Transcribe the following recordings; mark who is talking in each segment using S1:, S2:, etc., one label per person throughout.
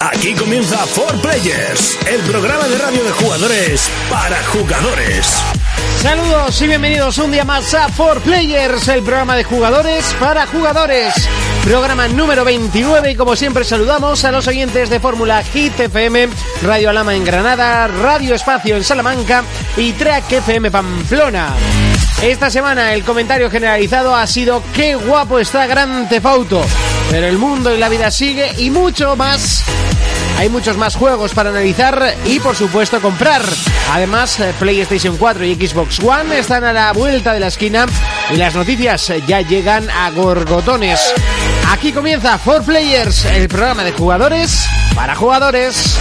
S1: Aquí comienza For Players, el programa de radio de jugadores para jugadores.
S2: Saludos y bienvenidos un día más a 4 Players, el programa de jugadores para jugadores. Programa número 29 y como siempre saludamos a los oyentes de Fórmula Hit FM, Radio Alama en Granada, Radio Espacio en Salamanca y Track FM Pamplona. Esta semana el comentario generalizado ha sido qué guapo está Gran Tefauto, pero el mundo y la vida sigue y mucho más hay muchos más juegos para analizar y por supuesto comprar. Además, eh, PlayStation 4 y Xbox One están a la vuelta de la esquina y las noticias eh, ya llegan a gorgotones. Aquí comienza 4 Players, el programa de jugadores para jugadores.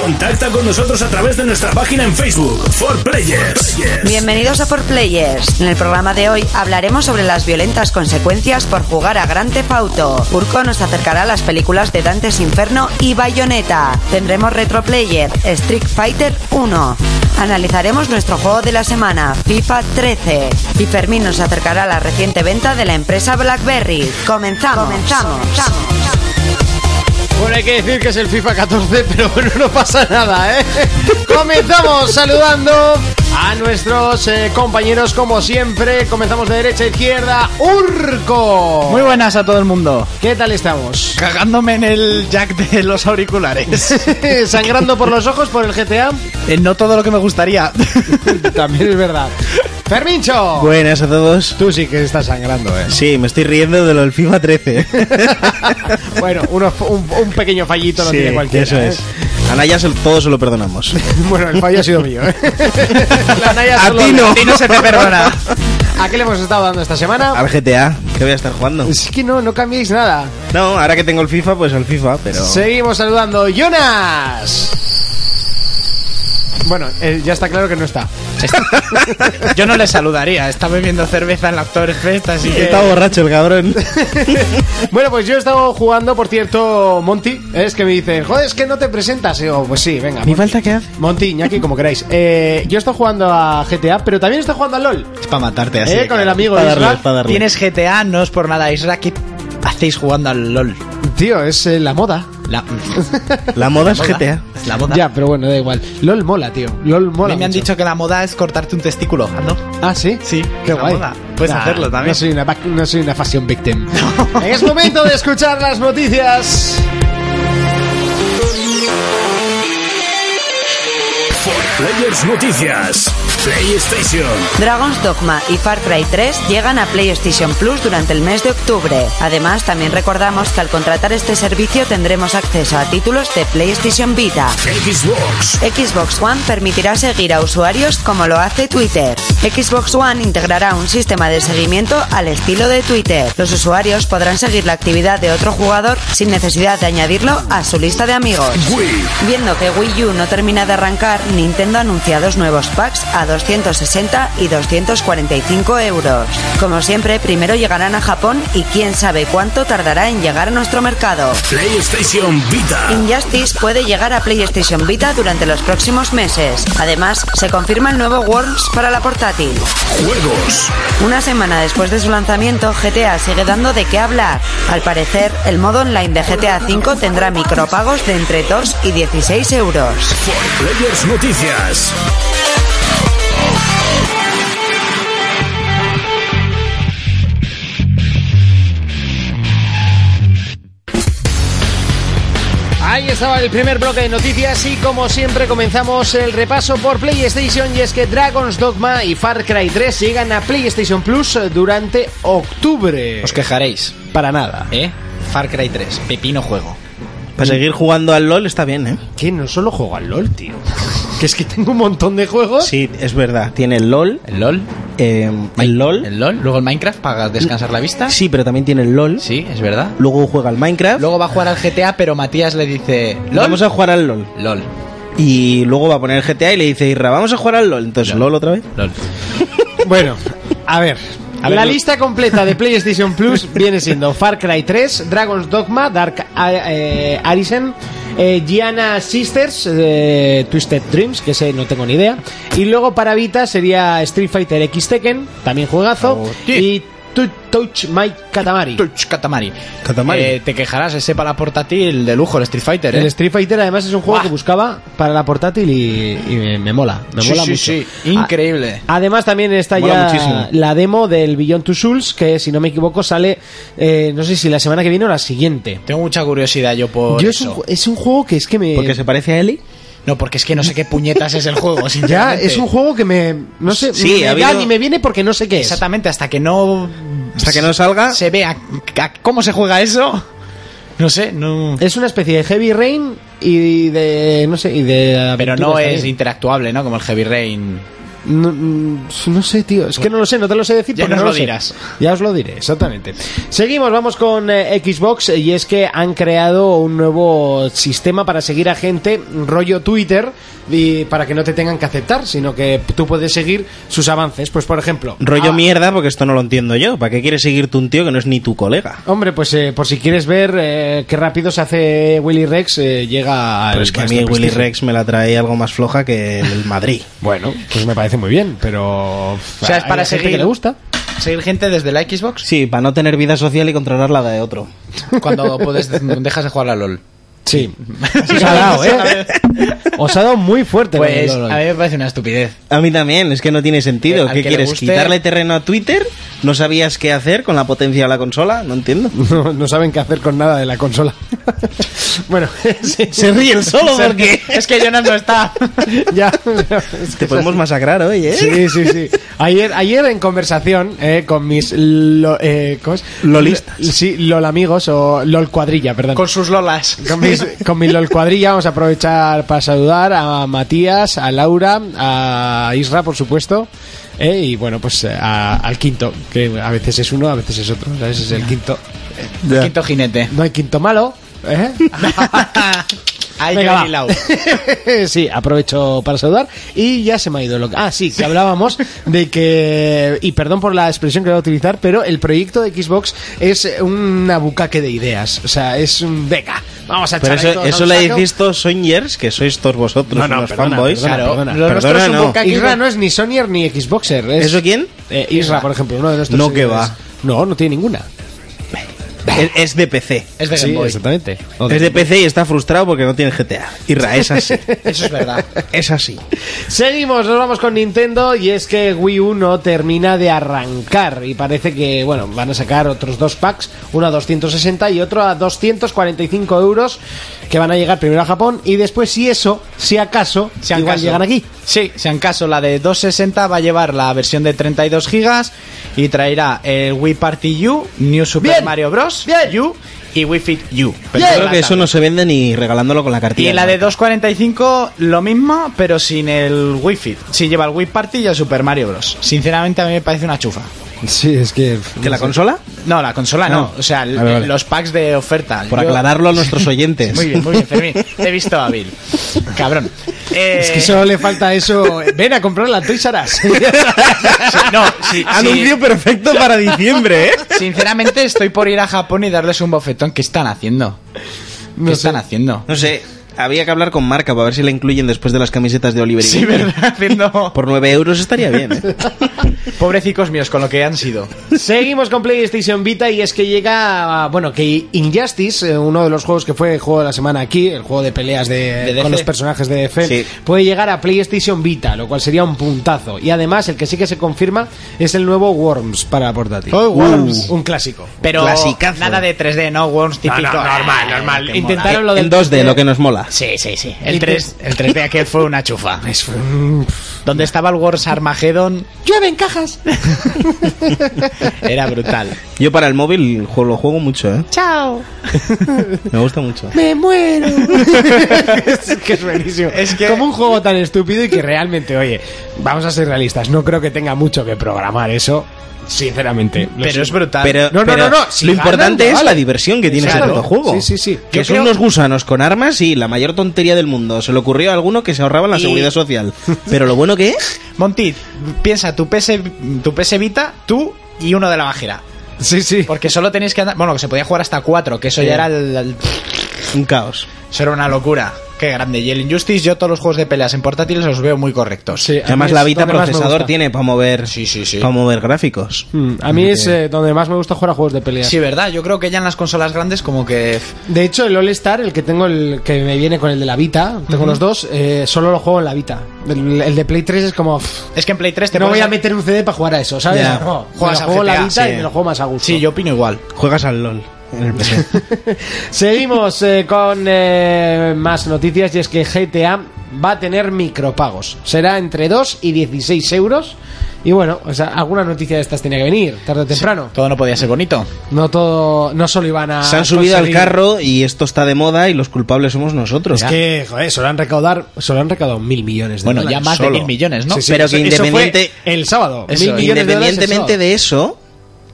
S1: Contacta con nosotros a través de nuestra página en Facebook, For Players.
S3: Bienvenidos a For Players. En el programa de hoy hablaremos sobre las violentas consecuencias por jugar a Gran Theft Auto. Urco nos acercará a las películas de Dantes Inferno y Bayonetta. Tendremos Retro Player, Street Fighter 1. Analizaremos nuestro juego de la semana, FIFA 13. Y Fermín nos acercará a la reciente venta de la empresa BlackBerry. Comenzamos. Comenzamos.
S2: Bueno, hay que decir que es el FIFA 14, pero bueno, no pasa nada, ¿eh? Comenzamos saludando a nuestros eh, compañeros, como siempre. Comenzamos de derecha a izquierda. ¡Urco!
S4: Muy buenas a todo el mundo.
S2: ¿Qué tal estamos?
S4: Cagándome en el jack de los auriculares.
S2: ¿Sangrando por los ojos por el GTA?
S4: Eh, no todo lo que me gustaría.
S2: También es verdad. ¡Fermincho!
S5: Buenas a todos.
S2: Tú sí que estás sangrando, ¿eh?
S5: Sí, me estoy riendo de lo del FIFA 13.
S2: bueno, uno- un, un pequeño fallito lo
S5: Sí,
S2: tiene cualquiera.
S5: eso
S2: ¿eh?
S5: es. A Naya se- todos se lo perdonamos.
S2: Bueno, el fallo ha sido mío, ¿eh? La Naya
S5: A
S2: solo-
S5: ti no.
S4: Y no se te perdona.
S2: ¿A qué le hemos estado dando esta semana?
S5: Al GTA, que voy a estar jugando.
S2: Es que no, no cambiéis nada.
S5: No, ahora que tengo el FIFA, pues al FIFA, pero.
S2: Seguimos saludando. ¡Jonas! Bueno, eh, ya está claro que no está.
S4: Yo no le saludaría. Está bebiendo cerveza en la Oktoberfest, así que...
S5: Está borracho el cabrón.
S2: Bueno, pues yo he estado jugando, por cierto, Monty. Es que me dicen, joder, es que no te presentas. Y yo, pues sí, venga. Monty".
S4: ¿Ni falta que hace?
S2: Monty, Iñaki, como queráis. Eh, yo he estado jugando a GTA, pero también he estado jugando a LOL.
S5: Es para matarte así.
S2: Eh,
S5: de
S2: con
S5: cara.
S2: el amigo
S5: Pa'
S2: de
S5: darle,
S2: Isra.
S5: pa' darle.
S4: Tienes GTA, no es por nada, Isra, ¿qué hacéis jugando al LOL?
S2: Tío, es eh, la moda.
S4: La,
S5: La moda es
S4: moda.
S5: GTA.
S4: Es la moda.
S2: Ya, pero bueno, da igual. LOL mola, tío. LOL
S4: A
S2: mola.
S4: mí me han
S2: mucho.
S4: dicho que la moda es cortarte un testículo, ¿no?
S2: Ah, sí.
S4: Sí,
S2: Qué
S4: la
S2: guay.
S4: moda. Puedes
S2: Nah,
S4: hacerlo también.
S2: No soy una, vac- no soy una fashion victim. es momento de escuchar las noticias.
S1: Players Noticias, PlayStation,
S3: Dragon's Dogma y Far Cry 3 llegan a PlayStation Plus durante el mes de octubre. Además, también recordamos que al contratar este servicio tendremos acceso a títulos de PlayStation Vita.
S1: Xbox,
S3: Xbox One permitirá seguir a usuarios como lo hace Twitter. Xbox One integrará un sistema de seguimiento al estilo de Twitter. Los usuarios podrán seguir la actividad de otro jugador sin necesidad de añadirlo a su lista de amigos.
S1: Wii,
S3: Viendo que Wii U no termina de arrancar, Nintendo anuncia dos nuevos packs a 260 y 245 euros. Como siempre, primero llegarán a Japón y quién sabe cuánto tardará en llegar a nuestro mercado.
S1: PlayStation Vita,
S3: Injustice puede llegar a PlayStation Vita durante los próximos meses. Además, se confirma el nuevo Worms para la portátil.
S1: juegos,
S3: Una semana después de su lanzamiento, GTA sigue dando de qué hablar. Al parecer, el modo online de GTA V tendrá micropagos de entre 2 y 16 euros.
S1: Players Noticias.
S2: Ahí estaba el primer bloque de noticias y como siempre comenzamos el repaso por PlayStation y es que Dragon's Dogma y Far Cry 3 llegan a PlayStation Plus durante octubre.
S4: Os quejaréis,
S2: Para nada.
S4: ¿eh? Far Cry 3, pepino juego.
S5: Para seguir jugando al LOL está bien, ¿eh?
S2: Que no solo juego al LOL, tío. Que es que tengo un montón de juegos.
S5: Sí, es verdad. Tiene el LOL.
S4: ¿El LOL?
S5: eh, el LOL.
S4: ¿El LOL? ¿Luego el Minecraft para descansar la vista?
S5: Sí, pero también tiene el LOL.
S4: Sí, es verdad.
S5: Luego juega al Minecraft.
S4: Luego va a jugar al GTA, pero Matías le dice... ¿LOL?
S5: Vamos a jugar al LOL.
S4: LOL.
S5: Y luego va a poner el GTA y le dice Irra, vamos a jugar al LOL. Entonces, LOL otra vez.
S4: LOL.
S2: Bueno, a ver.
S4: A ver,
S2: la
S4: lo-
S2: lista completa de PlayStation Plus viene siendo Far Cry 3, Dragon's Dogma, Dark eh, Arisen, eh, Gianna Sisters, eh, Twisted Dreams, que sé, no tengo ni idea. Y luego para Vita sería Street Fighter X Tekken, también juegazo.
S4: Oh, sí.
S2: y Tu- Touch My Katamari.
S4: Touch Katamari.
S1: Katamari.
S4: Eh, te quejarás, ese para la portátil de lujo, el Street Fighter. ¿eh?
S2: El Street Fighter además es un juego
S4: Buah.
S2: que buscaba para la portátil y, y me, me mola. Me
S4: Sí,
S2: mola
S4: sí,
S2: mucho. Ah,
S4: sí. Increíble.
S2: A- Además también está
S1: Mola
S2: ya
S1: muchísimo.
S2: la demo del Beyond Two Souls, que si no me equivoco sale, eh, no sé si la semana que viene o la siguiente.
S4: Tengo mucha curiosidad yo por
S2: Yo es, un,
S4: eso.
S2: ju- es un juego que es que me...
S5: Porque se parece a Eli.
S4: Eh, No, porque es que no sé qué puñetas es el juego,
S2: Ya,
S4: sinceramente.
S2: es un juego que me... No sé,
S5: Sí,
S2: me-
S5: ha
S2: ya
S5: habido-
S2: ni me viene porque no sé qué es.
S4: Exactamente, hasta que no...
S5: Hasta que no salga.
S4: Se vea cómo se juega eso. No sé, no...
S2: Es una especie de Heavy Rain y de... no sé, y de...
S4: Pero
S2: aventuras
S4: no es
S5: ¿eh?
S2: también.
S4: interactuable, ¿no? Como el Heavy Rain.
S2: No, mm, no sé, tío. Es que no lo sé, no te lo sé decir.
S4: Ya
S2: porque
S4: nos
S2: no
S4: lo
S2: sé.
S4: dirás.
S2: Ya os lo diré, exactamente. Seguimos, vamos con eh, Xbox. Y es que han creado un nuevo sistema para seguir a gente, rollo Twitter, y para que no te tengan que aceptar, sino que tú puedes seguir sus avances. Pues, por ejemplo.
S5: Rollo
S2: ah,
S5: mierda, porque esto no lo entiendo yo. ¿Para qué quieres seguirte un tío que no es ni tu colega?
S2: Hombre, pues eh, por si quieres ver eh, qué rápido se hace Willy Rex, eh, llega al.
S5: Pero es que a
S2: a
S5: mí
S2: este
S5: Willy
S2: prestigio.
S5: Rex me la trae algo más floja que el Madrid.
S2: Bueno, pues me parece muy bien, pero. O
S4: sea, es para seguir.
S2: que le gusta.
S4: Seguir gente desde la Xbox
S5: Sí, para no tener vida social y controlar la de otro.
S4: cuando puedes, dejas de jugar a LOL.
S2: Sí. Os ha dado, ¿eh? Os ha dado muy fuerte. con el
S4: Pues
S2: LOL.
S4: a mí me parece una estupidez.
S5: A mí también, es que no tiene sentido.
S4: Eh, al
S5: ¿Qué
S4: que le
S5: quieres?
S4: guste-
S5: ¿Quitarle terreno a Twitter? ¿No sabías qué hacer con la potencia de la consola? No entiendo.
S2: no, no saben qué hacer con nada de la consola. bueno, sí,
S5: Se ríen solo porque
S4: Es que Jonas no está.
S2: ya. es que
S5: te podemos masacrar hoy, ¿eh?
S2: Sí, sí, sí. Ayer, ayer en conversación eh, con mis lo, eh, ¿cómo es?
S5: Lolistas.
S2: Sí, LOL amigos o LOL cuadrilla, perdón.
S4: Con sus lolas.
S2: Con mis, con mi LOL cuadrilla vamos a aprovechar para saludar a Matías, a Laura, a Isra, por supuesto, eh, y bueno, pues a- al quinto, que a veces es uno, a veces es otro, a veces es el quinto.
S4: Quinto jinete.
S2: No hay quinto malo, ¿eh?
S4: Ahí
S2: Venga,
S4: yo
S2: va. sí, aprovecho para saludar. Y ya se me ha ido lo que. Ah, sí, que hablábamos de que. Y perdón por la expresión que voy a utilizar, pero el proyecto de Xbox es un abucaque de ideas. O sea, es un. Venga, vamos a
S5: Pero
S2: echar ahí
S5: eso,
S2: todos
S5: eso
S2: al
S5: le
S2: saco.
S5: decís todos soñers, que sois todos vosotros,
S2: No, no,
S5: los
S2: perdona,
S5: fanboys.
S2: perdona,
S5: Claro,
S2: perdona.
S5: perdona,
S4: nuestro es un
S5: no.
S4: boca-
S2: Isra no es ni Sonyer ni Xboxer. es-
S5: ¿Eso quién?
S2: Eh, Isra, por ejemplo, uno de nuestros.
S5: No, que
S2: seguidores.
S5: va.
S2: No, no tiene ninguna.
S5: Es, es de PC.
S4: Es de
S2: Sí,
S4: Game Boy.
S2: exactamente.
S5: Es de PC y está frustrado porque no tiene GTA. Y Ra, es así.
S4: Eso es verdad.
S5: Es así.
S2: Seguimos, nos vamos con Nintendo y es que Wii U no termina de arrancar y parece que, bueno, van a sacar otros dos packs, uno a 260 y otro a 245 euros que van a llegar primero a Japón y después si eso, si acaso,
S4: Si han
S2: igual
S4: caso-
S2: llegan aquí.
S4: Sí, si en caso la de 260 va a llevar la versión de 32 gigas y traerá el Wii Party U, New Super
S2: Bien.
S4: Mario Bros.
S2: Bien.
S4: U y Wii Fit U.
S5: Pero yo creo que eso no se vende ni regalándolo con la
S4: Y
S5: cartilla.
S4: en la de 2.45 lo mismo, pero sin el Wii Fit. Si lleva el Wii Party y el Super Mario Bros. Sinceramente a mí me parece una chufa.
S2: Sí, es que...
S5: ¿Que la consola?
S4: No, la consola no.
S5: No.
S4: O sea, el-
S5: Vale, vale.
S4: los packs de oferta.
S5: Por
S4: Yo-
S5: aclararlo a nuestros oyentes.
S4: Muy bien, muy bien, Fermín. Te he visto hábil. Cabrón. Eh,
S2: Es que solo le falta eso. Ven a comprarla tú y Saras.
S4: sí, no, sí,
S5: Anuncio
S4: sí.
S5: perfecto para diciembre, ¿eh?
S4: Sinceramente estoy por ir a Japón y darles un bofetón. ¿Qué están haciendo? ¿Qué
S2: No sé.
S4: están haciendo?
S5: No sé, había que hablar con marca para ver si la incluyen después de las camisetas de Oliver y
S4: Sí,
S5: Benji.
S4: ¿verdad? Haciendo...
S5: Por 9 euros estaría bien, ¿eh?
S4: Pobrecicos míos con lo que han sido.
S2: Seguimos con PlayStation Vita y es que llega, bueno, que Injustice, eh, uno de los juegos que fue juego de la semana aquí, el juego de peleas de,
S4: De DC.
S2: con los personajes de DC,
S5: Sí.
S2: puede llegar a PlayStation Vita, lo cual sería un puntazo. Y además, el que sí que se confirma es el nuevo Worms para portátil. Uh,
S4: Oh, Worms.
S2: Un clásico.
S4: Pero
S5: Clasicazo.
S4: nada de 3D, ¿no? Worms típico. normal, normal.
S2: Intentaron lo del
S5: En 2D, lo que nos mola.
S4: Sí, sí, sí. El, 3, el 3D aquel fue una chufa. Donde estaba el Wars Armageddon
S2: ¡Llueve en cajas!
S4: era brutal.
S5: Yo para el móvil ju- lo juego mucho, ¿eh? ¡Chao! Me gusta mucho.
S2: ¡Me muero! es que es buenísimo.
S4: Es que-
S2: Como un juego tan estúpido y que realmente, oye, vamos a ser realistas, no creo que tenga mucho que programar eso, sinceramente. Lo
S4: Pero es
S2: siento.
S4: brutal.
S5: Pero,
S2: No, no,
S5: pero
S2: no, no, si
S5: lo
S2: ganan,
S5: importante
S2: no
S5: es
S2: vale.
S5: la diversión que tiene
S2: Claro.
S5: ese juego.
S2: Sí, sí, sí.
S5: Que
S2: Yo
S5: son
S2: creo-
S5: unos gusanos con armas y la mayor tontería del mundo. Se le ocurrió a alguno que se ahorraban la
S4: Y-
S5: seguridad social. Pero lo bueno que es,
S4: Monty, piensa tu PS, tu PS Vita, tú y uno de la bajera.
S2: Sí, sí.
S4: Porque solo tenéis que andar. Bueno, que se podía jugar hasta cuatro, que eso ya era el, el-
S5: Un caos.
S4: Eso era una locura. Qué grande. Y el Injustice, yo todos los juegos de peleas en portátiles los veo muy correctos.
S2: Sí. Eh, A
S5: Además,
S2: mí
S5: la
S2: es
S5: Vita
S2: donde más me
S5: procesador
S2: gusta.
S5: tiene para mover,
S4: Sí, sí, sí.
S5: para mover gráficos.
S2: Mm, A mí es eh, donde más me gusta jugar a juegos de pelea.
S4: Sí, verdad. Yo creo que ya en las consolas grandes como que... pff,
S2: De hecho, el All Star, el que tengo, el que me viene con el de la Vita, tengo los dos, eh, solo lo juego en la Vita. El, el de Play 3 es como... pff,
S4: Es que en Play 3 te
S2: no voy
S4: puedes-
S2: a meter un CD para jugar a eso, ¿sabes?
S5: Ya.
S2: No,
S4: Juegas
S2: me
S4: al
S2: lo juego en la
S4: GTA,
S2: Vita
S4: sí.
S2: y me lo juego más a gusto.
S4: Sí, yo opino igual.
S5: Juegas al LOL en el PC.
S2: Seguimos eh, con eh, más noticias y es que GTA va a tener micropagos. Será entre 2 y 16 euros. Y bueno, o sea, alguna noticia de estas tenía que venir, tarde o temprano.
S4: Todo no podía ser bonito.
S2: No todo, no solo iban a.
S5: Se han subido al
S2: conseguir-
S5: carro y esto está de moda y los culpables somos nosotros.
S2: Es que, joder, solo han recaudar, solo han recaudado mil millones de
S4: Bueno,
S2: dólares.
S4: ya más
S5: solo.
S4: de mil millones, ¿no?
S5: Sí, sí. Pero que
S2: eso fue
S5: independiente-
S2: el sábado.
S4: Eso,
S2: mil millones de dólares el
S5: Independientemente
S2: sábado.
S5: de eso,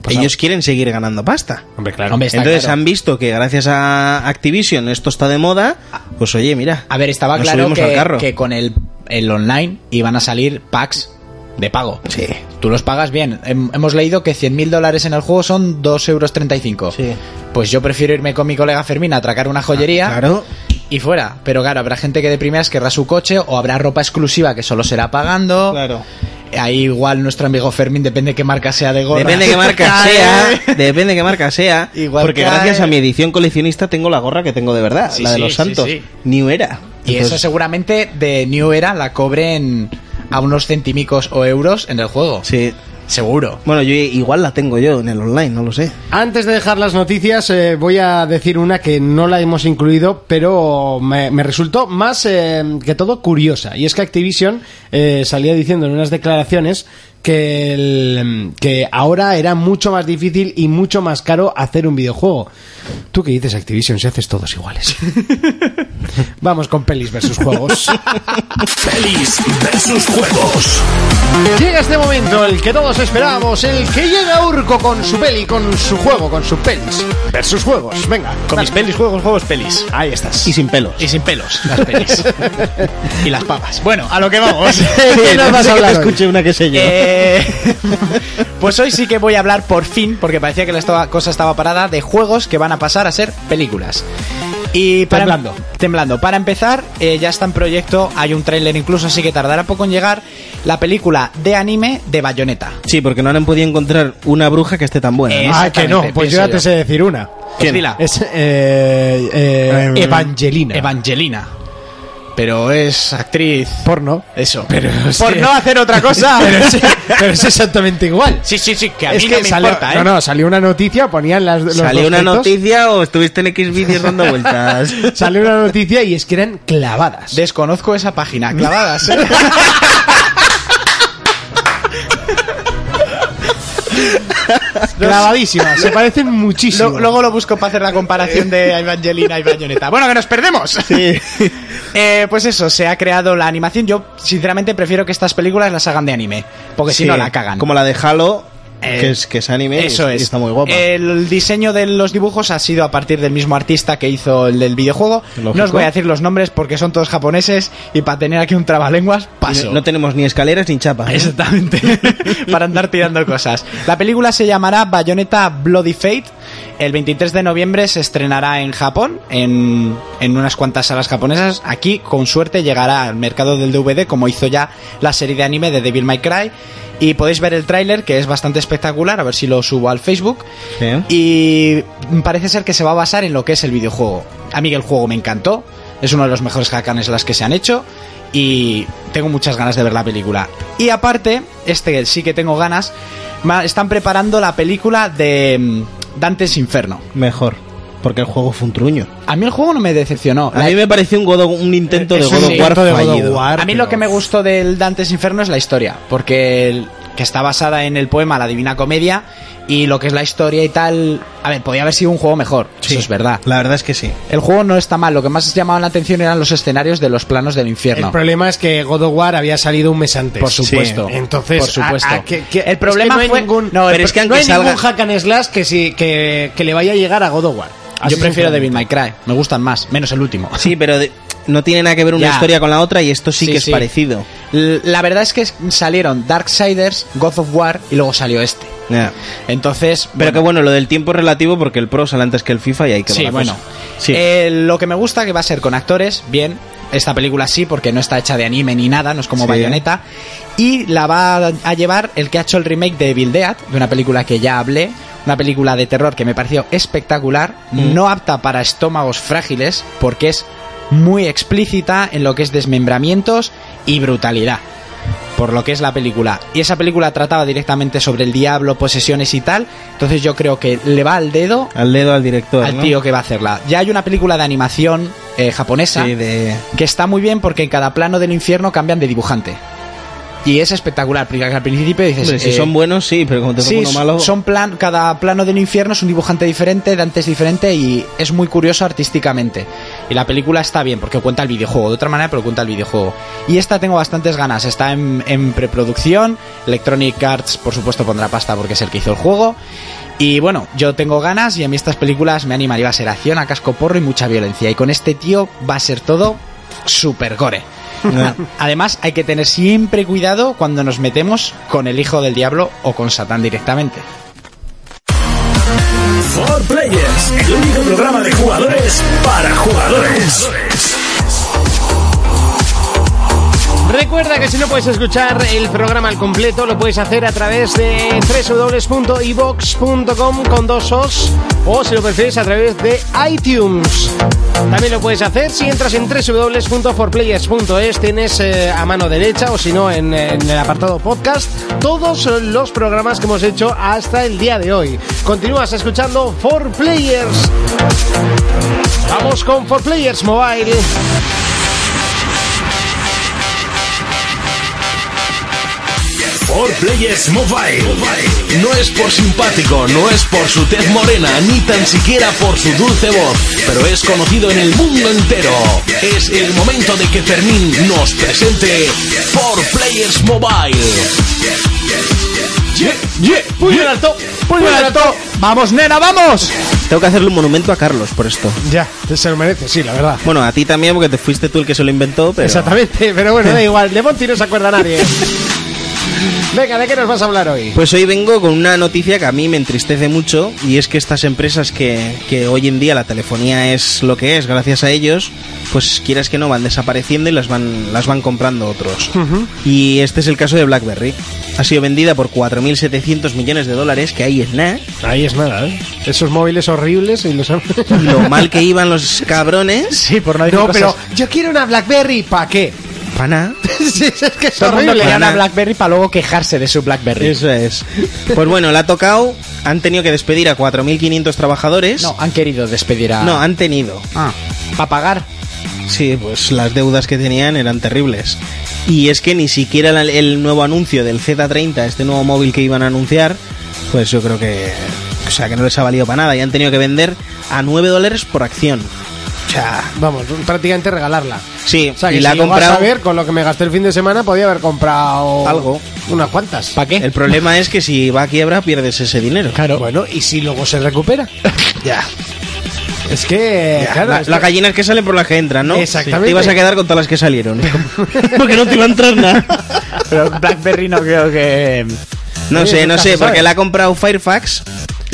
S2: Pues
S5: ellos quieren seguir ganando pasta.
S2: Hombre, claro.
S4: Hombre, está
S5: Entonces
S4: claro.
S5: han visto que gracias a Activision esto está de moda. Pues oye, mira.
S4: A ver, estaba
S5: nos
S4: claro
S5: subimos al
S4: que,
S5: carro.
S4: que con el, el online iban a salir packs de pago.
S5: Sí.
S4: Tú los pagas bien. Hem- hemos leído que 100.000 dólares en el juego son 2,35 euros.
S5: Sí. Ah,
S4: Pues yo prefiero irme con mi colega Fermín a atracar una joyería
S5: Claro.
S4: y fuera. Pero claro, habrá gente que de primeras querrá su coche o habrá ropa exclusiva que solo será pagando.
S5: Claro.
S4: Ahí igual nuestro amigo Fermín, depende qué marca sea de gorra.
S5: Depende qué marca
S4: Cae.
S5: sea. Depende qué marca sea.
S4: Igual
S5: porque
S4: cae.
S5: gracias a mi edición coleccionista tengo la gorra que tengo de verdad,
S4: Sí,
S5: la de
S4: sí,
S5: los
S4: sí,
S5: Santos.
S4: sí.
S5: New Era.
S4: Y eso
S5: Entonces,
S4: seguramente de New Era la cobren a unos centímicos o euros en el juego.
S5: Sí.
S4: Seguro.
S5: Bueno, yo igual la tengo yo en el online, no lo sé.
S2: Antes de dejar las noticias, eh, voy a decir una que no la hemos incluido, pero me, me resultó más eh, que todo curiosa. Y es que Activision eh, salía diciendo en unas declaraciones que, el- que ahora era mucho más difícil y mucho más caro hacer un videojuego. ¿Tú qué dices, Activision, si haces todos iguales? Vamos con pelis versus juegos.
S1: Pelis versus juegos.
S2: Llega este momento, el que todos esperábamos, el que llega Urco con su peli, con su juego, con su pelis versus juegos. Venga,
S4: Con
S2: dale.
S4: mis pelis, juegos, juegos, pelis. Ahí estás.
S5: Y sin pelos.
S4: Y sin pelos, las pelis. y las papas. Bueno, a lo que vamos.
S2: ¿Qué nos vas a hablar hoy?
S5: escuché una que sé yo.
S4: Eh, pues hoy sí que voy a hablar por fin, porque parecía que la estaba- cosa estaba parada, de juegos que van a pasar a ser películas. Y para,
S2: Temblando.
S4: Temblando. Para empezar, eh, ya está en proyecto, hay un tráiler incluso, así que tardará poco en llegar, la película de anime de Bayonetta.
S5: Sí, porque no han podido encontrar una bruja que esté tan buena. ¿no?
S4: Eh,
S2: Ah, que no,
S4: Exactamente,
S2: pues yo
S4: pienso
S2: ya te
S4: yo.
S2: sé decir una.
S4: Pues dila.
S2: Es eh, eh, Evangelina.
S4: Evangelina. Pero es actriz...
S2: porno.
S4: Eso.
S2: Pero es
S4: por
S2: que-
S4: no hacer otra cosa.
S2: Pero es, pero es exactamente igual.
S4: Sí, sí, sí, que a
S2: es
S4: mí
S2: que
S4: no me
S2: salió,
S4: importa, ¿eh?
S2: no, no, salió una noticia, ponían las los
S5: ¿Salió
S2: dos
S5: una
S2: textos,
S5: noticia o estuviste en X vídeos dando vueltas?
S2: Salió una noticia y es que eran clavadas.
S4: Desconozco esa página. Clavadas. ¿eh?
S2: Clavadísimas, se parecen muchísimo.
S4: Lo- luego lo busco para hacer la comparación de Evangelina y Bayonetta. Bueno, que nos perdemos. Eh, pues eso, se ha creado la animación. Yo, sinceramente, prefiero que estas películas las hagan de anime. Porque si
S5: Sí,
S4: no, la cagan.
S5: Como la de Halo,
S4: Eh,
S5: que, es, que es anime y-
S4: Eso
S5: y
S4: es. Eh,
S5: está muy guapa.
S4: El diseño de los dibujos ha sido a partir del mismo artista que hizo el del videojuego.
S5: Lógico.
S4: No os voy a decir los nombres porque son todos japoneses y para tener aquí un trabalenguas, paso.
S5: No, no tenemos ni escaleras ni chapa. ¿eh?
S4: Exactamente. Para andar tirando cosas. La película se llamará Bayonetta Bloody Fate. El 23 de noviembre se estrenará en Japón, en, en unas cuantas salas japonesas. Aquí, con suerte, llegará al mercado del DVD, como hizo ya la serie de anime de Devil May Cry. Y podéis ver el tráiler, que es bastante espectacular, a ver si lo subo al Facebook.
S5: Sí.
S4: Y parece ser que se va a basar en lo que es el videojuego. A mí el juego me encantó. Es uno de los mejores hackanes las que se han hecho. Y tengo muchas ganas de ver la película. Y aparte, este sí que tengo ganas. ma- Están preparando la película de mm, Dantes Inferno.
S5: Mejor. Porque el juego fue un truño.
S4: A mí el juego no me decepcionó.
S5: A mí me pareció un, God of- un intento de
S4: Es un
S5: God of War
S2: intento de God of
S5: fallido.
S2: War.
S4: A mí lo que me gustó del Dantes Inferno es la historia, porque el- que está basada en el poema La Divina Comedia y lo que es la historia y tal. A ver, podía haber sido un juego mejor,
S5: Sí.
S4: eso es verdad.
S5: La verdad es que sí.
S4: El juego no está mal, lo que más llamaba la atención eran los escenarios de los planos del
S2: El
S4: infierno.
S2: problema es que God of War había salido un mes antes.
S4: Por supuesto.
S2: Sí. Entonces,
S4: Por supuesto.
S2: a- a- que- que-
S4: El
S2: es que
S4: problema
S2: no hay
S4: fue-
S2: ningún,
S4: no,
S5: pero es que
S2: no
S5: aunque
S2: hay
S5: salga-
S2: ningún hack and slash que sí que, que le vaya a llegar a God of War. Así
S4: Yo prefiero
S2: sinceramente.
S4: Devil May Cry, me gustan más, menos el último.
S5: Sí, pero de- no tiene nada que ver una
S4: Ya.
S5: historia con la otra y esto sí,
S4: Sí,
S5: que es
S4: sí.
S5: parecido.
S4: L- La verdad es que salieron Darksiders, God of War y luego salió este.
S5: Ya.
S4: Entonces,
S5: Pero que bueno, lo del tiempo es relativo porque el Pro sale antes que el FIFA y hay que ver
S4: Sí,
S5: la
S4: bueno.
S5: cosa. Sí.
S4: Eh, lo que me gusta que va a ser con actores, bien. Esta película sí, porque no está hecha de anime ni nada, no es como
S5: Sí.
S4: Bayonetta. Y la va a- a llevar el que ha hecho el remake de Evil Dead, de una película que ya hablé, una película de terror que me pareció espectacular, no apta para estómagos frágiles, porque es muy explícita en lo que es desmembramientos y brutalidad por lo que es la película. Y esa película trataba directamente sobre el diablo, posesiones y tal. Entonces yo creo que le va al dedo
S5: Al dedo al director.
S4: al
S5: ¿no?
S4: tío que va a hacerla. Ya hay una película de animación eh, japonesa
S5: Sí, de.
S4: que está muy bien porque en cada plano del infierno cambian de dibujante. Y es espectacular, porque al principio dices...
S5: Hombre, si
S4: eh,
S5: son buenos, pues, sí, pero como te
S4: sí,
S5: toca uno malo.
S4: son plan, cada plano del infierno es un dibujante diferente, Dante es diferente y es muy curioso artísticamente. Y la película está bien porque cuenta el videojuego, de otra manera, pero cuenta el videojuego. Y esta tengo bastantes ganas, está en, en preproducción, Electronic Arts por supuesto pondrá pasta porque es el que hizo el juego. Y bueno, yo tengo ganas y a mí estas películas me animan y va a ser acción, a casco porro y mucha violencia. Y con este tío va a ser todo super gore. Ah, Además, hay que tener siempre cuidado cuando nos metemos con el hijo del diablo o con Satán directamente.
S1: For Players, el único programa de jugadores para jugadores.
S2: Recuerda que si no puedes escuchar el programa al completo, lo puedes hacer a través de www.ibox.com con dos os o si lo prefieres a través de iTunes. También lo puedes hacer si entras en www.forplayers.es, tienes eh, a mano derecha o si no en, en el apartado podcast todos los programas que hemos hecho hasta el día de hoy. Continúas escuchando For Players. Vamos con For Players Mobile.
S1: For Players Mobile.
S6: No es por simpático, no es por su tez morena, ni tan siquiera por su dulce voz, pero es conocido en el mundo entero. Es el momento de que Fermín nos presente For Players Mobile. Yeah, yeah, yeah.
S4: ¡Vamos, nena, vamos!
S5: Tengo que hacerle un monumento a Carlos por esto.
S2: Ya, se lo merece, sí, la verdad.
S5: Bueno, a ti también, porque te fuiste tú el que se lo inventó, pero.
S2: Exactamente, pero bueno, da igual, de Monty no se acuerda nadie. Venga, ¿de qué nos vas a hablar hoy?
S5: Pues hoy vengo con una noticia que a mí me entristece mucho y es que estas empresas que, que hoy en día la telefonía es lo que es, gracias a ellos, pues quieras que no, van desapareciendo y las van, las van comprando otros. Y este es el caso de BlackBerry. Ha sido vendida por 4.700 millones de dólares, que ahí es nada,
S2: Ahí es nada, ¿eh? Esos móviles horribles y los...
S5: y lo mal que iban los cabrones,
S4: Sí, por no decir
S2: No,
S4: cosas.
S2: pero yo quiero una BlackBerry, ¿para qué?
S5: pa' nada.
S2: Sí, es que es
S4: Todo el mundo
S2: horrible.
S4: quería
S5: Ana.
S4: una Blackberry para luego quejarse de su Blackberry.
S5: Eso es. Pues bueno, la ha tocado, han tenido que despedir a 4.500 trabajadores.
S4: No, han querido despedir a...
S5: No, han tenido.
S4: Ah, ¿Para pagar?
S5: Sí, pues las deudas que tenían eran terribles. Y es que ni siquiera la- el nuevo anuncio del Z30, este nuevo móvil que iban a anunciar, pues yo creo que. O sea, que no les ha valido para nada. Y han tenido que vender a 9 dólares por acción. O sea,
S2: ah, Vamos, prácticamente regalarla.
S5: sí,
S2: O sea, que
S5: y la
S2: si
S5: ha comprado.
S2: a ver, con lo que me gasté el fin de semana, podía haber comprado...
S5: Algo.
S2: Unas cuantas.
S4: ¿Para qué?
S5: El problema es que si va a quiebra, pierdes ese dinero.
S2: Claro. Bueno, ¿y si luego se recupera?
S5: Ya.
S2: Es que... claro,
S5: La-
S2: es
S5: las
S2: que-
S5: gallinas que salen por las que entran, ¿no?
S2: Exactamente.
S5: Te ibas a quedar con todas las que salieron. Porque no te iba a entrar nada.
S4: Pero Blackberry no creo que...
S5: No
S2: Sí,
S5: sé,
S2: nunca
S5: no
S2: se
S5: sé,
S2: sabe.
S5: porque la ha comprado Firefax.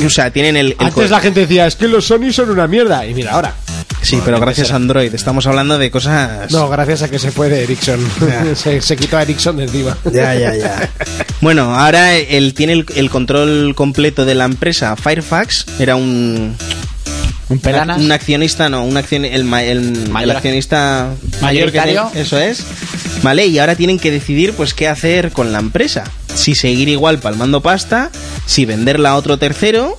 S5: O sea, tienen el. el co-
S2: Antes la gente decía, es que los Sony son una mierda. Y mira, ahora.
S5: Sí, pero gracias a Android. Estamos hablando de cosas.
S2: No, gracias a que se fue de Ericsson. se, se quitó a Ericsson de encima.
S5: Ya, ya, ya. Bueno, ahora él tiene el, el control completo de la empresa. Firefax era un.
S4: Un pelanas.
S5: Un accionista, no, un accion, el, ma- el-
S4: Mayor-
S5: el accionista mayor que
S4: Mayoritario.
S5: tiene- Eso es. Vale, y ahora tienen que decidir, pues, qué hacer con la empresa. Si seguir igual palmando pasta, si venderla a otro tercero.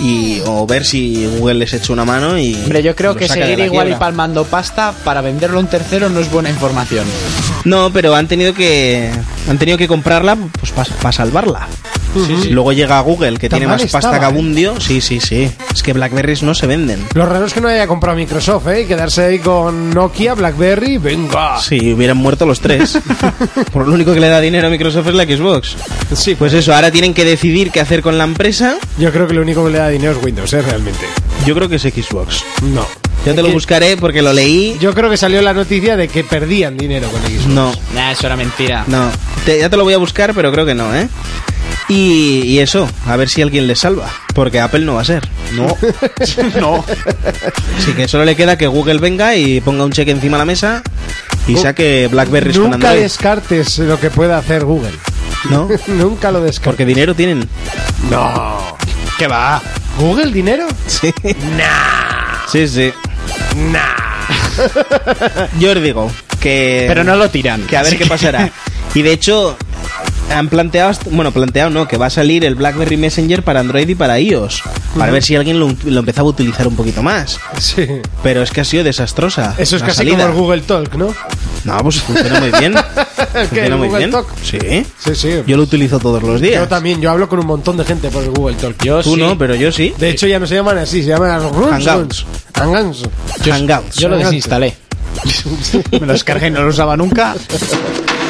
S5: Y, o ver si Google les echa una mano y.
S4: Hombre, yo creo
S5: lo
S4: que
S5: saca de
S4: seguir
S5: la
S4: igual y
S5: quiebra.
S4: palmando pasta para venderlo a un tercero no es buena información.
S5: No, pero han tenido que han tenido que comprarla pues para salvarla. Luego llega Google que
S2: Tan
S5: tiene
S2: mal
S5: más pasta
S2: estaba,
S5: que abundio. Sí, sí, sí. Es que Blackberries no se venden.
S2: Lo raro es que no haya comprado Microsoft, ¿eh? Y quedarse ahí con Nokia, Blackberry, venga.
S5: Si hubieran muerto los tres. Por lo único que le da dinero a Microsoft es la Xbox.
S2: Sí,
S5: Pues eso, ahora tienen que decidir qué hacer con la empresa.
S2: Yo creo que lo único que le da dinero es Windows, ¿eh? Realmente.
S5: Yo creo que es Xbox.
S2: No.
S5: Yo te lo
S2: que-
S5: buscaré porque lo leí.
S2: Yo creo que salió la noticia de que perdían dinero con Xbox.
S5: No,
S4: Nah, eso era mentira.
S5: no. Te- ya te lo voy a buscar, pero creo que no, ¿eh? Y, y eso, a ver si alguien les salva. Porque Apple no va a ser.
S4: No, no.
S5: Así que solo le queda que Google venga y ponga un cheque encima de la mesa y saque BlackBerry con
S2: Nunca
S5: Android.
S2: descartes lo que pueda hacer Google.
S5: ¿No?
S2: Nunca lo descartes.
S5: Porque dinero tienen.
S2: No.
S4: ¿Qué va?
S2: ¿Google dinero?
S5: Sí. Sí, sí. Yo os digo que.
S4: Pero no lo tiran.
S5: Que a ver
S4: Así
S5: qué pasará. Y de hecho, han planteado. hasta- Bueno, planteado no, que va a salir el BlackBerry Messenger para Android y para iOS. Para ver si alguien lo, lo empezaba a utilizar un poquito más.
S2: Sí.
S5: Pero es que ha sido desastrosa.
S2: Eso es
S5: la
S2: casi
S5: salida.
S2: como el Google Talk, ¿no?
S5: No, pues funciona muy bien.
S2: ¿El
S5: funciona muy
S2: Google
S5: bien.
S2: Talk?
S5: Sí.
S2: Sí, sí.
S5: Yo lo utilizo todos los días.
S2: Yo también, yo hablo con un montón de gente por el Google Talk. Yo
S5: Tú no, pero yo sí.
S2: De hecho, ya no se llaman así, se llaman los
S5: Hangouts.
S2: Hangouts.
S5: Hangouts.
S4: Yo lo desinstalé. Me los cargué y no lo usaba nunca.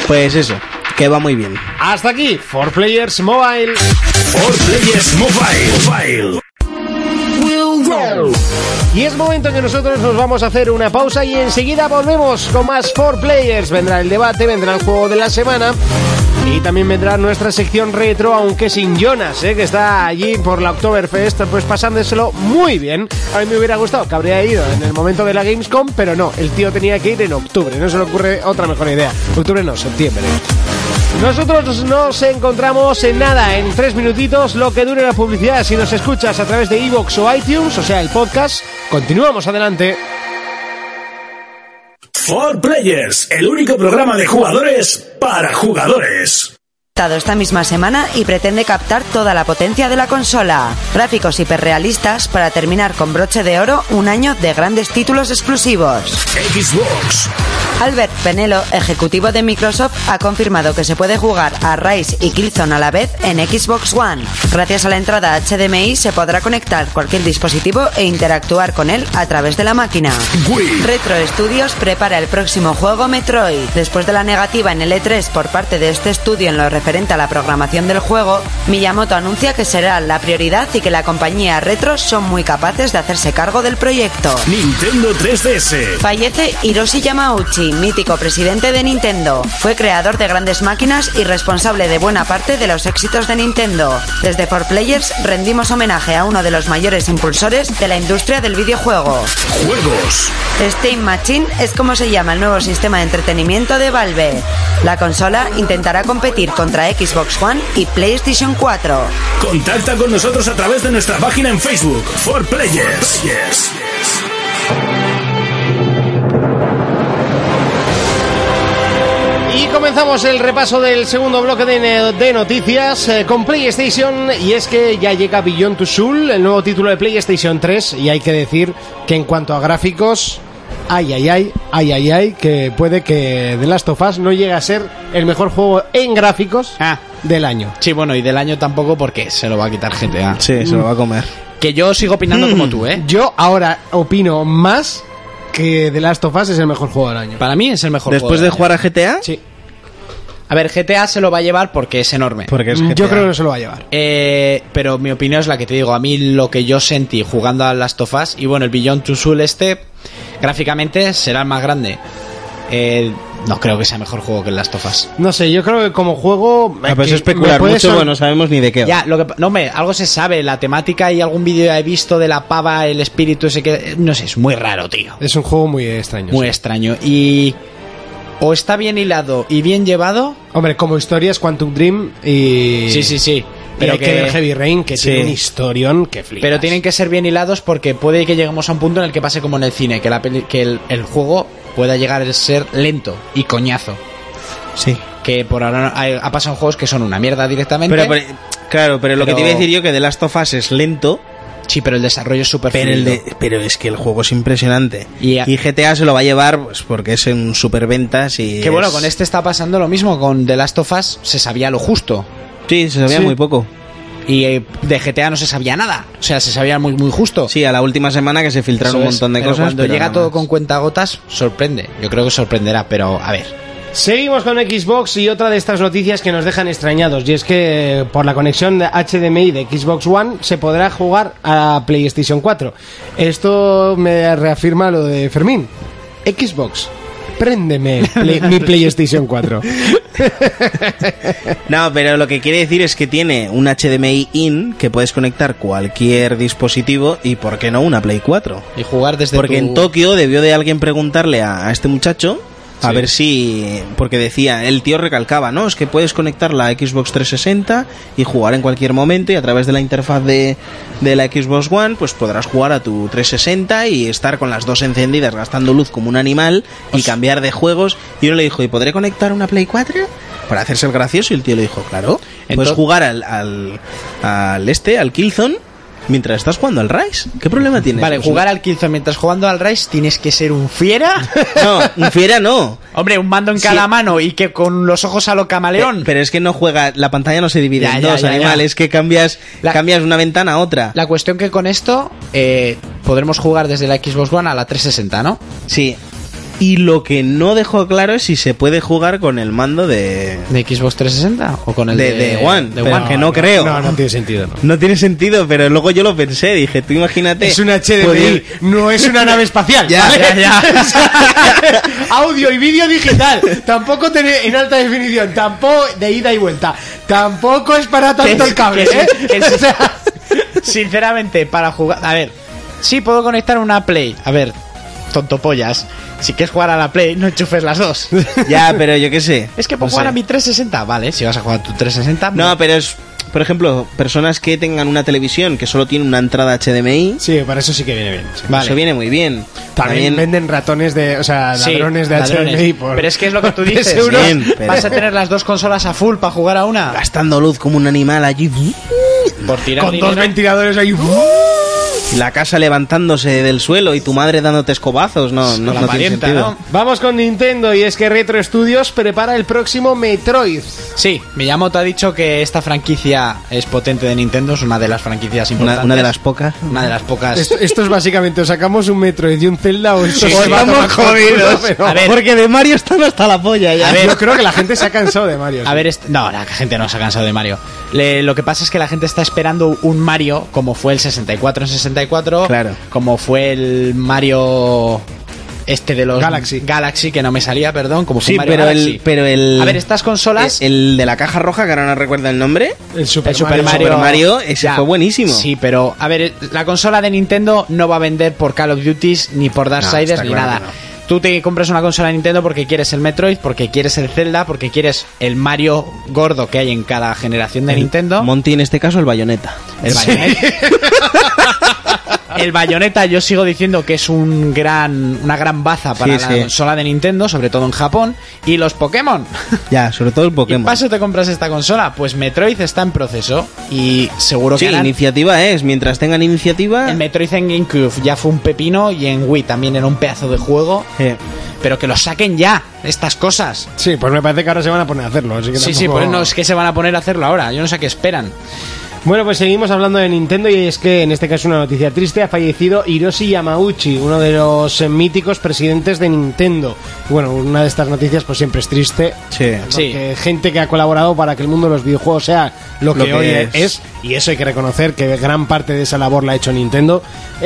S5: Pues eso, que va muy bien.
S2: Hasta aquí, For Players Mobile.
S1: All Players Mobile.
S2: Y es momento que nosotros nos vamos a hacer una pausa y enseguida volvemos con más For Players. Vendrá el debate, vendrá el juego de la semana y también vendrá nuestra sección retro, aunque sin Jonas, ¿eh? que está allí por la Oktoberfest, pues pasándoselo muy bien. A mí me hubiera gustado que habría ido en el momento de la Gamescom, pero no, el tío tenía que ir en octubre, no se le ocurre otra mejor idea. Octubre no, septiembre. Nosotros nos encontramos en nada, en tres minutitos, lo que dure la publicidad. Si nos escuchas a través de iVoox o iTunes, o sea, el podcast, continuamos adelante.
S1: For Players, el único programa de jugadores para jugadores.
S3: lanzado esta misma semana y pretende captar toda la potencia de la consola. Gráficos hiperrealistas para terminar con broche de oro un año de grandes títulos exclusivos.
S1: Xbox,
S3: Albert Penelo, ejecutivo de Microsoft, ha confirmado que se puede jugar a Rise y Killzone a la vez en Xbox One. Gracias a la entrada HDMI se podrá conectar cualquier dispositivo e interactuar con él a través de la máquina.
S1: Wii,
S3: Retro Studios prepara el próximo juego Metroid. Después de la negativa en el E3 por parte de este estudio en lo referente a la programación del juego, Miyamoto anuncia que será la prioridad y que la compañía Retro son muy capaces de hacerse cargo del proyecto.
S1: Nintendo 3DS,
S3: Fallece Hiroshi Yamauchi, mítico presidente de Nintendo. Fue creador de grandes máquinas y responsable de buena parte de los éxitos de Nintendo. Desde 4Players rendimos homenaje a uno de los mayores impulsores de la industria del videojuego.
S1: Juegos,
S3: Steam Machine es como se llama el nuevo sistema de entretenimiento de Valve. La consola intentará competir contra Xbox One y PlayStation 4.
S1: Contacta con nosotros a través de nuestra página en Facebook, For Players. Yes.
S2: Y comenzamos el repaso del segundo bloque de, ne- de noticias eh, con PlayStation. Y es que ya llega Beyond to Soul, el nuevo título de PlayStation 3. Y hay que decir que en cuanto a gráficos, ay, ay, ay, ay, ay, ay, que puede que The Last of Us no llegue a ser el mejor juego en gráficos
S4: Ah.
S2: del año.
S4: Sí, bueno, y del año tampoco porque se lo va a quitar GTA.
S5: Sí, Hmm. se lo va a comer.
S4: Que yo sigo opinando como tú, ¿eh?
S2: Yo ahora opino más que The Last of Us es el mejor juego del año.
S4: Para mí es el mejor
S5: Después
S4: juego
S5: de
S4: del año.
S5: jugar a GTA,
S2: Sí,
S4: A ver, GTA se lo va a llevar porque es enorme.
S5: porque es
S2: Mm,
S5: GTA.
S2: yo creo que no se lo va a llevar.
S4: Eh, pero mi opinión es la que te digo. A mí lo que yo sentí jugando a Last of Us y bueno, el Beyond to Soul este, gráficamente será el más grande. Eh, no creo que sea mejor juego que el Last of Us.
S2: No sé, yo creo que como juego...
S5: Ah, pero
S2: que
S5: eso es especular
S2: me puede
S5: mucho,
S2: sor-
S5: bueno, no sabemos ni de qué. va.
S4: Ya, lo que, no me, algo se sabe, la temática y algún vídeo he visto de la pava, el espíritu ese que, eh, no sé, es muy raro, tío.
S2: Es un juego muy extraño.
S4: Muy
S2: sí.
S4: extraño. Y o está bien hilado y bien llevado.
S2: Hombre, como historias Quantum Dream y...
S4: Sí, sí, sí.
S2: Pero
S4: Pero
S2: hay que, ver
S4: que,
S2: Heavy Rain, que
S5: Sí.
S2: tiene un historión que flipas.
S4: pero tienen que ser bien hilados porque puede que lleguemos a un punto en el que pase como en el cine, que, la peli- que el, el juego pueda llegar a ser lento y coñazo.
S5: Sí.
S4: Que por ahora ha, ha pasado en juegos que son una mierda directamente.
S5: Pero, e- pero- claro, pero lo que
S4: Pero-
S5: te iba a decir yo que The Last of Us es lento,
S4: sí, pero el desarrollo es súper
S5: pero, el
S4: fluido.
S5: de- pero es que el juego es impresionante.
S4: Y a-
S5: Y GTA se lo va a llevar pues, porque es en superventas y.
S4: Que bueno,
S5: es-
S4: con este está pasando lo mismo. Con The Last of Us se sabía lo justo.
S5: Sí, se sabía
S2: Sí.
S5: muy poco.
S4: Y eh, de GTA no se sabía nada. O sea, se sabía muy, muy justo.
S5: Sí, a la última semana que se filtraron
S4: Eso
S5: un
S4: es.
S5: montón de
S4: Pero
S5: cosas.
S4: Cuando
S5: pero
S4: llega
S5: nada
S4: todo
S5: más.
S4: con cuentagotas, sorprende. Yo creo que sorprenderá, pero a ver.
S2: Seguimos con Xbox y otra de estas noticias que nos dejan extrañados. Y es que eh, por la conexión de HDMI de Xbox One se podrá jugar a PlayStation 4. Esto me reafirma lo de Fermín. Xbox Préndeme Play- mi PlayStation 4.
S5: No, pero lo que quiere decir es que tiene un HDMI in que puedes conectar cualquier dispositivo y, ¿por qué no, una Play 4?
S4: Y jugar desde
S5: Pues Porque
S4: tu-
S5: en Tokio debió de alguien preguntarle a, a este muchacho a
S4: Sí.
S5: ver si... Porque decía, el tío recalcaba, ¿no? Es que puedes conectar la Xbox 360 y jugar en cualquier momento y a través de la interfaz de, de la Xbox One pues podrás jugar a tu 360 y estar con las dos encendidas gastando luz como un animal y cambiar de juegos. Y uno le dijo, ¿y podré conectar una Play 4? Para hacerse el gracioso y el tío le dijo, claro, puedes
S4: Entonces-
S5: jugar al, al, al este, al Killzone, mientras estás jugando al Rise. ¿Qué problema tienes?
S4: Vale,
S5: Pues no-
S4: jugar al 15 mientras jugando al Rise tienes que ser un fiera.
S5: no, un fiera no.
S4: Hombre, un mando en
S5: Sí. Eh.
S4: cada mano y que con los ojos a lo
S5: Pe-
S4: camaleón.
S5: Pero es que no juega, la pantalla no se divide
S4: Ya,
S5: en
S4: ya,
S5: dos
S4: ya, ya.
S5: animales, que cambias,
S4: La-
S5: cambias una ventana a otra.
S4: La cuestión que con esto eh, podremos jugar desde la Xbox One a la 360, ¿no?
S5: Sí. Y lo que no dejó claro es si se puede jugar con el mando de
S4: ¿De Xbox 360 o con el
S5: de,
S4: de,
S5: de One,
S4: de
S5: pero
S4: One?
S5: que no, creo.
S2: No,
S5: No,
S2: no tiene sentido, no.
S5: tiene sentido, pero luego yo lo pensé, dije, tú imagínate.
S2: Es un HDMI,
S5: poder-
S2: no es una nave espacial.
S5: Ya,
S2: ¿vale?
S5: ya, ya.
S2: O sea, Audio y vídeo digital. Tampoco tener en alta definición. Tampoco de ida y vuelta. Tampoco es para tanto el cable,
S4: que-
S2: ¿eh?
S4: que-
S2: O sea,
S4: Sinceramente, para jugar. A ver, sí puedo conectar una Play. A ver, tontopollas. Si quieres jugar a la Play, no enchufes las dos.
S5: Ya, pero yo qué sé.
S4: Es que puedo
S5: No
S4: jugar
S5: sé.
S4: a mi 360, vale. Si vas a jugar a tu 360,
S5: No, pero es, por ejemplo, personas que tengan una televisión que solo tiene una entrada HDMI,
S2: Sí, para eso sí que viene bien. sí.
S4: Vale.
S5: eso viene muy bien.
S2: También, venden ratones de. O sea,
S4: Sí,
S2: ladrones de
S4: ladrones.
S2: HDMI. Por,
S4: Pero es que es lo que tú
S2: por 10
S4: dices.
S2: euros.
S5: Bien, pero-
S4: Vas a tener las dos consolas a full para jugar a una.
S5: gastando luz como un animal allí. ¿eh?
S4: Por tirar
S2: Con dos ventiladores ahí.
S5: La casa levantándose del suelo y tu madre dándote escobazos, no, no,
S4: Con la
S5: no tiene
S4: parienta,
S5: sentido.
S4: ¿no?
S2: Vamos con Nintendo y es que Retro Studios prepara el próximo Metroid.
S4: Sí, Miyamoto ha dicho que esta franquicia es potente de Nintendo, es una de las franquicias
S5: Una-
S4: importantes.
S5: Una, de las pocas.
S4: Una de las pocas.
S2: Esto, esto es básicamente, o sacamos un Metroid y un Zelda o esto
S4: Sí,
S2: se
S4: sí.
S2: va a tomar
S4: Estamos
S2: por culo,
S4: jodidos.
S2: pero-
S4: A ver.
S5: Porque de Mario están hasta la polla ya.
S4: A ver.
S2: Yo creo que la gente se ha cansado de Mario.
S4: A ver, est- no, la gente no se ha cansado de Mario. Le- lo que pasa es que la gente está esperando un Mario como fue el 64 en 64,
S5: Claro.
S4: como fue el Mario este de los
S2: Galaxy.
S4: Galaxy que no me salía, perdón, como fue
S5: Sí,
S4: Mario
S5: pero
S4: Galaxy.
S5: el, pero el.
S4: A ver, estas consolas
S5: El de la caja roja, que ahora no recuerdo el nombre.
S2: el Super,
S4: el Super
S2: Mario.
S4: Mario,
S5: Super Mario, ese fue buenísimo.
S4: Sí, pero a ver, la consola de Nintendo no va a vender por Call of Duty ni por Darksiders
S5: está
S4: ni
S5: claro
S4: nada.
S5: que no.
S4: Tú te compras una consola de Nintendo porque quieres el Metroid, porque quieres el Zelda, porque quieres el Mario gordo que hay en cada generación de Nintendo.
S5: Monty, en este caso, el bayoneta.
S4: El bayoneta. El Bayonetta yo sigo diciendo que es un gran, una gran baza para
S5: Sí,
S4: la
S5: sí.
S4: consola de Nintendo, sobre todo en Japón. Y los Pokémon.
S5: Ya, sobre todo el
S4: ¿Qué
S5: Pokémon.
S4: paso te compras esta consola? Pues Metroid está en proceso y seguro
S5: Sí,
S4: que harán-
S5: iniciativa es. Mientras tengan iniciativa.
S4: el Metroid en GameCube ya fue un pepino y en Wii también era un pedazo de juego.
S5: Eh,
S4: Pero que lo saquen ya, estas cosas.
S2: Sí, pues me parece que ahora se van a poner a hacerlo. así que
S4: Sí, sí,
S2: tampoco-
S4: pues no es que se van a poner a hacerlo ahora. Yo no sé a qué esperan.
S2: Bueno, pues seguimos hablando de Nintendo y es que en este caso una noticia triste, ha fallecido Hiroshi Yamauchi, uno de los eh, míticos presidentes de Nintendo. Y Bueno, una de estas noticias pues siempre es triste.
S5: sí.
S4: Eh,
S2: Porque gente que ha colaborado para que el mundo de los videojuegos sea lo que,
S5: Lo que
S2: hoy
S5: es.
S2: es. y eso hay que reconocer que gran parte de esa labor la ha hecho Nintendo.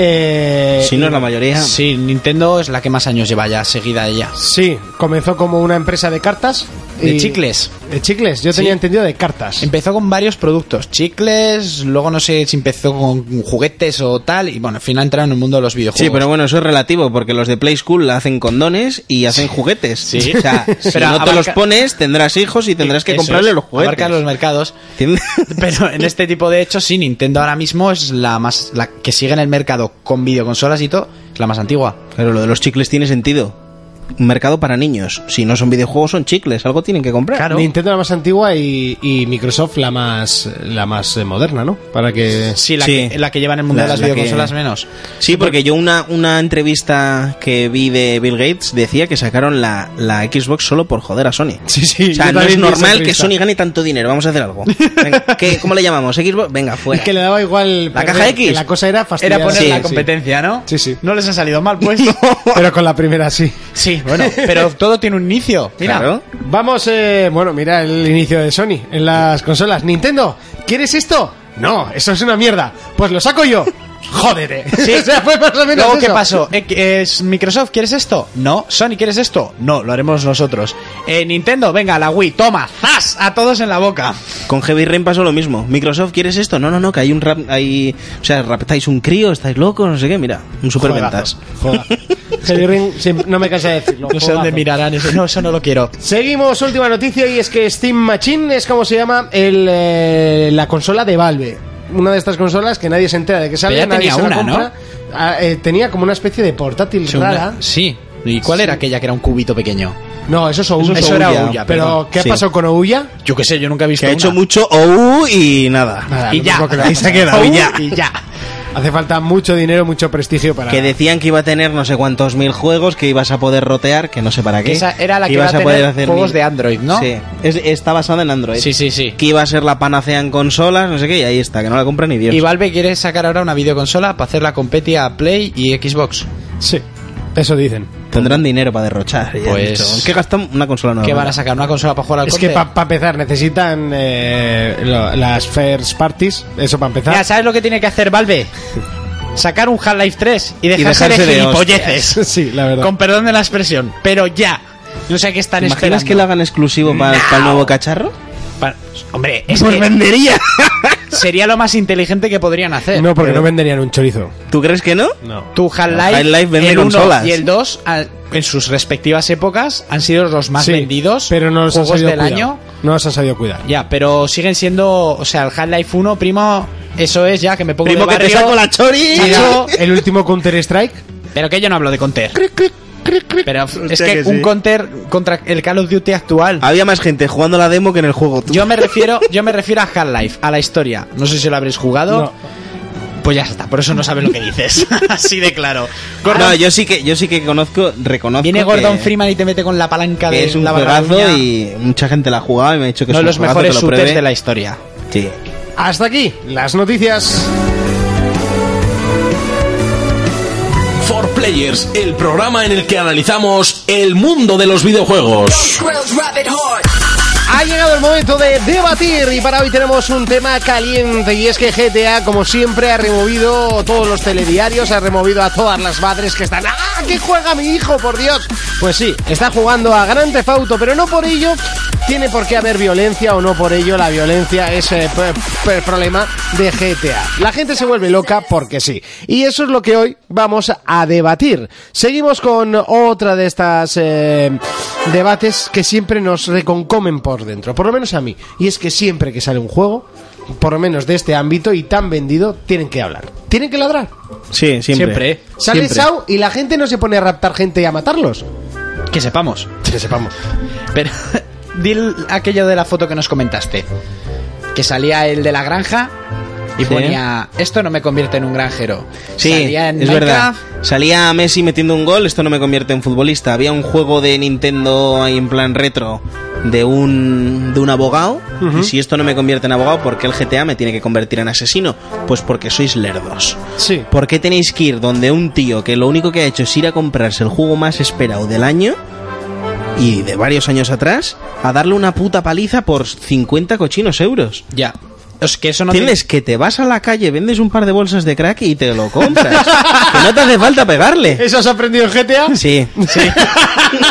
S2: Eh,
S5: Si no es la mayoría.
S4: Sí, Nintendo es la que más años lleva ya seguida ella.
S2: Sí, comenzó como una empresa de cartas.
S4: De chicles.
S2: De chicles, yo
S4: Sí.
S2: tenía entendido de cartas.
S4: Empezó con varios productos, chicles, luego no sé si empezó con juguetes o tal, y bueno, al final entraron en el mundo de los videojuegos.
S5: Sí, pero bueno, eso es relativo, porque los de Play School hacen condones y hacen juguetes.
S4: Sí.
S5: O sea, si
S4: Pero
S5: no te
S4: abarca-
S5: los pones, tendrás hijos y tendrás que
S4: Eso
S5: comprarle
S4: es,
S5: los juguetes.
S4: Abarca los mercados.
S5: ¿Entiendes?
S4: Pero en este tipo de hechos, sí, Nintendo ahora mismo es la más. la que sigue en el mercado con videoconsolas y todo, es la más antigua.
S5: Claro, lo de los chicles tiene sentido. Un mercado para niños. Si no son videojuegos, son chicles. Algo tienen que comprar.
S4: Claro.
S2: Nintendo la más antigua y, y Microsoft la más la más eh, moderna, ¿no? Para que
S4: Sí, la,
S5: Sí.
S4: Que, la que llevan el mundo
S5: La-
S4: de las
S5: la que-
S4: videoconsolas menos.
S5: Sí, porque yo una, una entrevista que vi de Bill Gates decía que sacaron la, la Xbox solo por joder a Sony.
S2: Sí, sí,
S5: O sea,
S2: yo
S5: no es
S2: también vi esa
S5: normal que
S2: entrevista.
S5: Sony gane tanto dinero. Vamos a hacer algo. Venga, ¿qué- ¿Cómo le llamamos? ¿Xbox? Venga, fuera.
S2: Es que le daba igual
S5: La
S2: perder,
S5: caja X.
S2: que La cosa era fastidiar.
S4: Era poner
S5: Sí,
S4: la
S5: sí.
S4: competencia, ¿no?
S2: Sí, sí.
S4: No les ha salido mal, pues.
S2: Pero con la primera sí.
S4: Sí, bueno, pero todo tiene un inicio. Mira.
S5: Claro.
S2: Vamos, eh, bueno, mira el inicio de Sony en las consolas. Nintendo, ¿quieres esto? No, eso es una mierda. Pues lo saco yo. jódete. o sea, fue más o menos
S4: Luego, ¿qué
S2: eso.
S4: pasó? Eh, que- es Microsoft, ¿quieres esto? No. Sony, ¿quieres esto? No, lo haremos nosotros. Eh, Nintendo, venga, la Wii, toma, ¡zas! A todos en la boca.
S5: Con Heavy Rain pasó lo mismo. Microsoft, ¿quieres esto? No, no, no, que hay un rap, hay, o sea, raptáis un crío, estáis locos, no sé qué, mira, un superventas.
S2: Jodazo, jodazo. Heavy Ring, siempre- no me cansa de decirlo.
S4: No sé dónde
S2: jodazo.
S4: mirarán eso. No, eso no lo quiero.
S2: Seguimos, última noticia, y es que Steam Machine es como se llama el, eh, la consola de Valve. Una de estas consolas que nadie se entera de que sale,
S4: Pero ya
S2: nadie
S4: tenía
S2: se la
S4: una,
S2: compra. Ah, eh, tenía como una especie de portátil rara.
S4: Sí. ¿Y cuál era aquella que era un cubito pequeño?
S2: No, eso es Ouya.
S4: Eso es Ouya.
S2: Pero,
S4: perdón.
S2: ¿qué ha
S5: Sí.
S2: pasado con Ouya?
S4: Yo qué sé, yo nunca he visto
S5: Que ha hecho
S4: una.
S5: mucho OU y nada.
S2: Nada,
S4: Y
S2: lo
S4: ya.
S2: mismo que la
S5: Ahí se ha quedado, y ya.
S2: Y ya. Hace falta mucho dinero, mucho prestigio para...
S5: Que decían que iba a tener no sé cuántos mil juegos, que ibas a poder rotear, que no sé para qué.
S4: Esa era la que
S5: ibas
S4: iba a
S5: poder
S4: tener
S5: hacer
S4: juegos de Android, ¿no?
S5: Sí, Es- está basada en Android.
S4: Sí, sí, sí.
S5: Que iba a ser la panacea en consolas, no sé qué, y ahí está, que no la compra ni Dios.
S4: Y Valve quiere sacar ahora una videoconsola para hacerla competir a Play y Xbox.
S2: Sí, eso dicen.
S5: Tendrán dinero para derrochar. ya han
S4: Pues-
S5: dicho. ¿En ¿Qué gastan una consola nueva?
S4: ¿Qué van a sacar? ¿Una consola para jugar al
S2: Es que
S4: Conte?
S2: para empezar necesitan eh, lo- las first parties, eso para empezar.
S4: Mira, ¿sabes lo que tiene que hacer Valve? Sacar un Half-Life 3 y dejarse,
S5: dejarse
S4: de
S5: de
S4: gilipolleces.
S2: sí, la verdad.
S4: Con perdón de la expresión, pero ya. No sé qué están
S5: ¿Te imaginas
S4: esperando.
S5: que lo hagan exclusivo para el nuevo cacharro?
S4: Pa- Hombre, es
S5: Pues
S4: que
S5: vendería.
S4: sería lo más inteligente que podrían hacer.
S2: No, porque no venderían un chorizo.
S5: ¿Tú crees que no?
S4: Tu Half-Life,
S5: Half-Life vende
S4: el 1
S5: consolas.
S4: y el 2, al- en sus respectivas épocas, han sido los más
S2: Sí,
S4: vendidos
S2: pero no los han
S4: juegos
S2: sabido
S4: del
S2: cuidar.
S4: año.
S2: No los han sabido cuidar.
S4: Ya, pero siguen siendo, o sea, el Half-Life 1, primo, eso es ya que me pongo
S5: Primo,
S4: de
S5: que te
S4: barrio.
S5: saco la chori.
S2: Mira, el último Counter Strike.
S4: Pero que yo no hablo de Counter. Pero f- es
S5: Hostia,
S4: que,
S5: que sí.
S4: un Counter contra el Call of Duty actual.
S5: Había más gente jugando la demo que en el juego. tú.
S4: Yo me refiero, yo me refiero a Half-Life, a la historia. No sé si lo habréis jugado.
S2: No.
S4: Pues ya está, por eso no sabes lo que dices. Así de claro. Gordon-
S5: No, yo sí que yo sí que conozco, reconozco.
S4: viene
S5: que-
S4: Gordon Freeman y te mete con la palanca
S5: que
S4: de
S5: es un
S4: la barra de
S5: juegazo
S4: uña.
S5: y mucha gente la ha jugado y me ha dicho que
S4: uno de
S5: es un
S4: los
S5: juegazo,
S4: mejores
S5: que lo
S4: shooters
S5: pruebe.
S4: de la historia.
S5: Sí.
S2: Hasta aquí las noticias.
S6: For Players, el programa en el que analizamos el mundo de los videojuegos.
S2: Ha llegado el momento de debatir y para hoy tenemos un tema caliente y es que GTA, como siempre, ha removido todos los telediarios, ha removido a todas las madres que están ¡Ah! ¿Qué juega mi hijo, por Dios? Pues sí, está jugando a Gran Theft Auto, pero no por ello tiene por qué haber violencia o no por ello la violencia es eh, p- p- problema de GTA. La gente se vuelve loca porque sí. Y eso es lo que hoy vamos a debatir. Seguimos con otra de estas eh, debates que siempre nos reconcomen por dentro, por lo menos a mí. Y es que siempre que sale un juego, por lo menos de este ámbito y tan vendido, tienen que hablar. Tienen que ladrar.
S5: Sí, siempre.
S4: Siempre. ¿eh?
S2: Sale
S5: Siempre.
S2: Sau y la gente no se pone a raptar gente y a matarlos.
S4: Que sepamos.
S2: Que sepamos.
S4: Pero dil aquello de la foto que nos comentaste. Que salía el de la granja y
S5: Sí.
S4: ponía esto no me convierte en un granjero.
S5: Sí,
S4: Salía en
S5: es verdad.
S4: Minecraft,
S5: Salía Messi metiendo un gol, esto no me convierte en futbolista. Había un juego de Nintendo ahí en plan retro de un de un abogado y si esto no me convierte en abogado, ¿por qué el GTA me tiene que convertir en asesino? Pues porque sois lerdos.
S2: Sí.
S5: ¿Por qué tenéis que ir donde un tío que lo único que ha hecho es ir a comprarse el juego más esperado del año y de varios años atrás a darle una puta paliza por 50 cochinos euros?
S4: Ya. Es que eso no
S5: Tienes que te vas a la calle, vendes un par de bolsas de crack y te lo compras. que no te hace falta pegarle.
S2: ¿Eso has aprendido en GTA?
S5: Sí.
S4: tiene-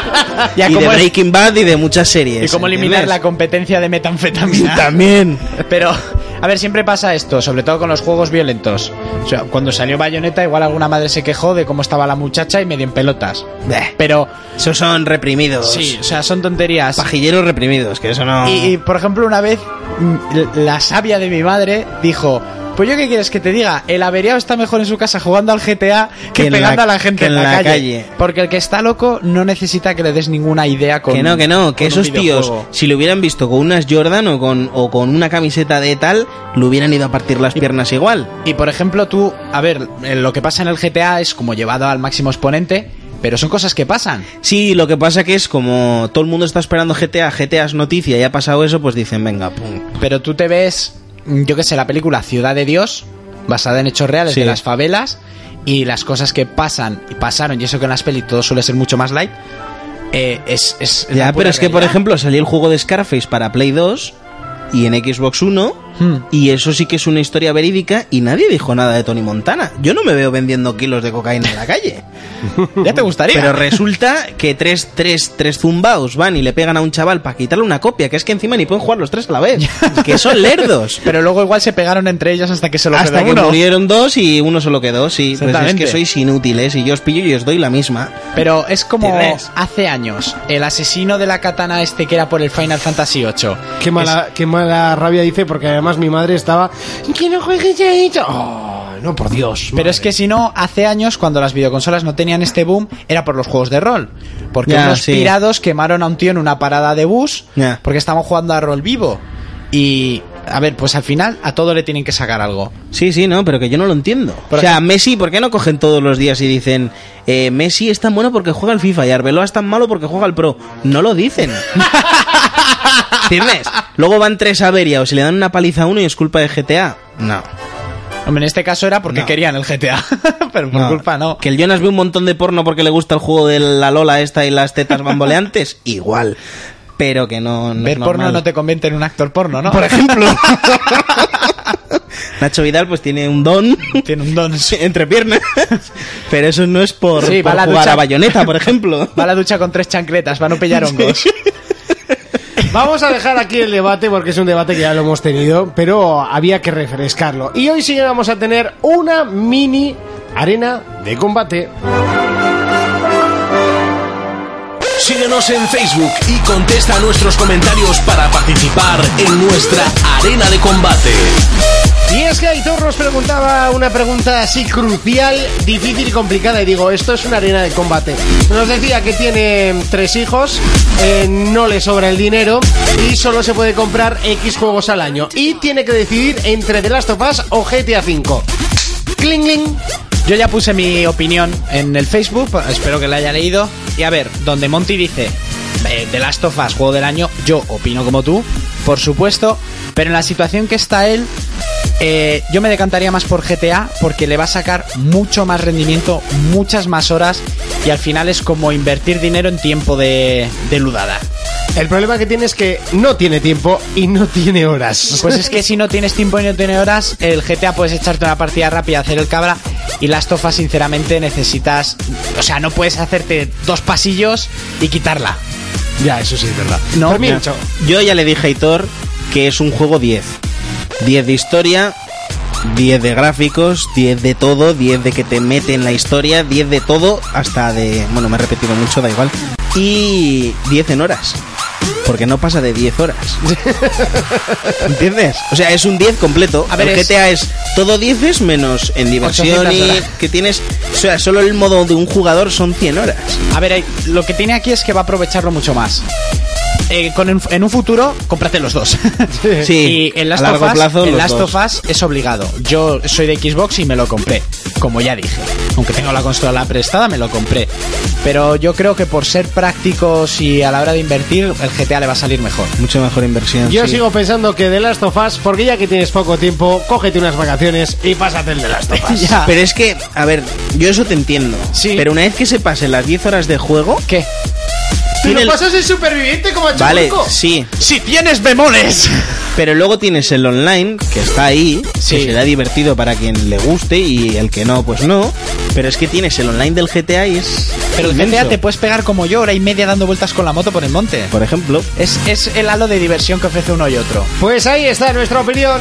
S4: Ya,
S5: y de
S4: ¿cómo es-
S5: Breaking Bad y de muchas series.
S4: y cómo eliminar la
S5: ¿entiendes?
S4: competencia de metanfetamina.
S5: También.
S4: Pero, a ver, siempre pasa esto, sobre todo con los juegos violentos. O sea, cuando salió Bayonetta, igual alguna madre se quejó de cómo estaba la muchacha y medio en pelotas.
S5: Beh.
S4: Pero,
S5: Esos son reprimidos.
S4: sí, o sea, son tonterías.
S5: Pajilleros reprimidos, que eso no.
S4: Y, y, por ejemplo, una vez mm, la sabia de mi madre dijo: Pues yo qué quieres que te diga, el averiado está mejor en su casa jugando al GTA que,
S5: Que en
S4: pegando
S5: la-
S4: a la gente
S5: que
S4: en la, calle.
S5: calle.
S4: Porque el que está loco no necesita que le des ninguna idea con.
S5: que no, que no, que
S4: con un
S5: esos tíos,
S4: videojuego.
S5: si lo hubieran visto con unas Jordan o con, o con una camiseta de tal, lo hubieran ido a partir las piernas igual.
S4: Y por ejemplo, tú, a ver, eh, lo que pasa en el GTA es como llevado al máximo exponente, pero son cosas que pasan.
S5: Sí, lo que pasa que es como todo el mundo está esperando GTA, GTA es noticia y ha pasado eso, pues dicen, venga, pum.
S4: Pero tú te ves, mm, yo qué sé, la película Ciudad de Dios, basada en hechos reales
S5: Sí.
S4: de las favelas, y las cosas que pasan y pasaron, y eso que en las pelis todo suele ser mucho más light, eh, es, es... la
S5: Ya,
S4: pura
S5: pero es que, por
S4: realidad.
S5: ejemplo, salió el juego de Scarface para Play 2 y en Xbox 1
S4: Hmm.
S5: Y eso sí que es una historia verídica y nadie dijo nada de Tony Montana. Yo no me veo vendiendo kilos de cocaína en la calle.
S4: Ya te gustaría.
S5: Pero resulta que tres, tres, tres zumbaos van y le pegan a un chaval para quitarle una copia, que es que encima ni pueden jugar los tres a la vez. que son lerdos.
S4: Pero luego igual se pegaron entre ellos hasta que se lo
S5: Hasta
S4: quedó
S5: que
S4: uno.
S5: murieron dos y uno solo quedó, sí. Pues es
S4: Exactamente.
S5: que sois inútiles y yo os pillo y os doy la misma.
S4: Pero es como
S5: Tienes.
S4: hace años, el asesino de la katana este que era por el Final Fantasy VIII.
S2: Qué mala, qué mala rabia dice, porque además mi madre estaba. ¡Que no juegues a esto". Oh, no, por Dios.
S4: Pero es que si no, hace años, cuando las videoconsolas no tenían este boom, era por los juegos de rol. Porque
S5: Ya,
S4: unos
S5: sí.
S4: pirados quemaron a un tío en una parada de bus
S5: Ya.
S4: porque estaban jugando a rol vivo. Y, a ver, pues al final a todo le tienen que sacar algo.
S5: Sí, sí, no, pero que yo no lo entiendo.
S4: Por
S5: o sea, Messi, ¿por qué no cogen todos los días y dicen eh, Messi es tan bueno porque juega al FIFA y Arbeloa es tan malo porque juega al Pro? No lo dicen. ¿Entiendes? Luego van tres a Beria o se le dan una paliza a uno y es culpa de GTA. No.
S4: Hombre, en este caso era porque
S5: No.
S4: querían el GTA. Pero por culpa no.
S5: Ah, Que el Jonas ve un montón de porno porque le gusta el juego de la Lola esta y las tetas bamboleantes. Igual. Pero que no. no es
S4: Ver porno
S5: normal.
S4: no te convierte en un actor porno, ¿no? Por ejemplo.
S5: Nacho Vidal pues tiene un don.
S4: Tiene un don.
S5: entre piernas. Pero eso no es por,
S4: Sí, va
S5: por
S4: a la
S5: jugar
S4: ducha.
S5: a bayoneta, por ejemplo.
S4: Va a la ducha con tres chancletas para no pillar hongos.
S2: Vamos a dejar aquí el debate porque es un debate que ya lo hemos tenido, pero había que refrescarlo. Y hoy sí que vamos a tener una mini arena de combate.
S6: Síguenos en Facebook y contesta a nuestros comentarios para participar en nuestra arena de combate.
S2: Y es que Aitor nos preguntaba una pregunta así crucial, difícil y complicada. Y digo, esto es una arena de combate. Nos decía que tiene tres hijos, eh, no le sobra el dinero y solo se puede comprar X juegos al año. Y tiene que decidir entre The Last of Us o GTA V. Cling, cling.
S4: Yo ya puse mi opinión en el Facebook, espero que la haya leído. Y a ver, donde Monty dice eh, The Last of Us, juego del año, yo opino como tú, por supuesto. Pero en la situación que está él, eh, yo me decantaría más por GTA porque le va a sacar mucho más rendimiento, muchas más horas. Y al final es como invertir dinero en tiempo de, de ludada.
S2: El problema que tiene es que no tiene tiempo y no tiene horas.
S4: Pues es que si no tienes tiempo y no tienes horas, el GTA puedes echarte una partida rápida, hacer el cabra. Y las tofas, sinceramente, necesitas. O sea, no puedes hacerte dos pasillos y quitarla.
S2: ya, eso sí, es verdad.
S4: No,
S2: Fermín.
S4: Nacho.
S5: Yo ya le dije a Hitor que es un juego 10. 10 de historia, 10 de gráficos, 10 de todo, 10 de que te mete en la historia, 10 de todo, hasta de... Bueno, me he repetido mucho, da igual. Y 10 en horas. Porque no pasa de 10 horas. ¿Entiendes? O sea, es un 10 completo.
S4: A ver,
S5: el
S4: es-
S5: GTA es todo 10 menos en diversión
S4: 800
S5: y
S4: horas.
S5: que tienes... O sea, solo el modo de un jugador son 100 horas.
S4: A ver, eh, lo que tiene aquí es que va a aprovecharlo mucho más. Eh, con en, en un futuro, cómprate los dos.
S5: Sí,
S4: y el
S5: a
S4: Last,
S5: largo
S4: of Us,
S5: plazo
S4: el
S5: los
S4: Last
S5: dos.
S4: of Us es obligado. Yo soy de Xbox y me lo compré. Como ya dije. Aunque tengo la consola prestada, me lo compré. Pero yo creo que por ser prácticos y a la hora de invertir, el GTA le va a salir mejor.
S5: Mucho mejor inversión.
S2: Yo
S5: sí.
S2: sigo pensando que The Last of Us, porque ya que tienes poco tiempo, cógete unas vacaciones y pásate el The Last of Us.
S4: Ya.
S5: Pero es que, a ver, yo eso te entiendo.
S4: Sí.
S5: Pero una vez que se pasen las 10 horas de juego,
S4: ¿Qué?
S5: tiene el-
S2: en superviviente como a
S5: Vale, sí.
S4: ¡Si tienes bemoles!
S5: Pero luego tienes el online, que está ahí,
S4: Sí.
S5: que será divertido para quien le guste y el que no, pues no. Pero es que tienes el online del GTA y es.
S4: Pero el
S5: inmenso.
S4: GTA te puedes pegar como yo, hora y media dando vueltas con la moto por el monte.
S5: Por ejemplo.
S4: Es, es el halo de diversión que ofrece uno y otro.
S2: Pues ahí está nuestra opinión.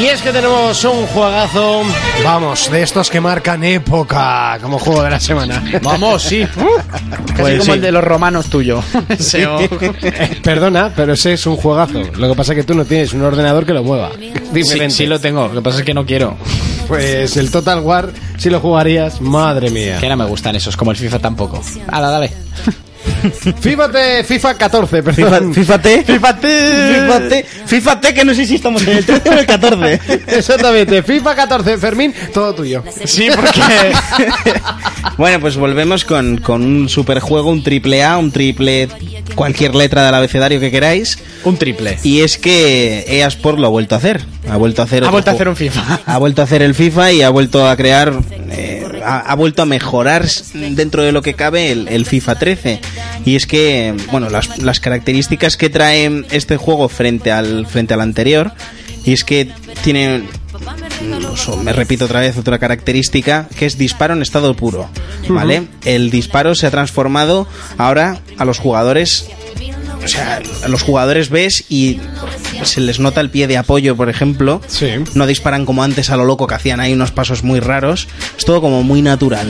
S2: Y es que tenemos un juegazo, vamos, de estos que marcan época como juego de la semana.
S4: Vamos, sí. Casi
S2: Pues
S4: como
S2: sí.
S4: el de los romanos tuyo.
S2: Eh, Perdona, pero ese es un juegazo. Lo que pasa es que tú no tienes un ordenador que lo mueva.
S4: Sí,
S2: Diferente.
S4: sí lo tengo, lo que pasa es que no quiero.
S2: Pues el Total War, si lo jugarías, madre mía.
S4: Que no me gustan esos, como el FIFA tampoco. Ahora, dale.
S2: Fíjate, FIFA 14,
S5: Fíjate,
S2: perdón.
S5: fíjate,
S2: Fíjate.
S5: fíjate, fíjate que no sé si estamos en el 13 o el 14.
S2: Exactamente, FIFA 14, Fermín, todo tuyo.
S4: Sí, porque.
S5: Bueno, pues volvemos con, con un superjuego, un triple A, un triple cualquier letra del abecedario que queráis.
S4: Un triple.
S5: Y es que EA Sport lo ha vuelto a hacer. Ha vuelto a hacer,
S4: Ha
S5: otro
S4: vuelto a
S5: ju-
S4: hacer un FIFA.
S5: Ha vuelto a hacer el FIFA y ha vuelto a crear. eh, ha, ha vuelto a mejorar s- dentro de lo que cabe el, el FIFA 13. Y es que, bueno, las, las características que trae este juego frente al, frente al anterior. Y es que tiene. so- Me repito otra vez otra característica que es disparo en estado puro, ¿vale? El disparo se ha transformado ahora a los jugadores o sea, a los jugadores ves y se les nota el pie de apoyo, por ejemplo.
S2: Sí.
S5: No disparan como antes a lo loco que hacían ahí unos pasos muy raros. Es todo como muy natural,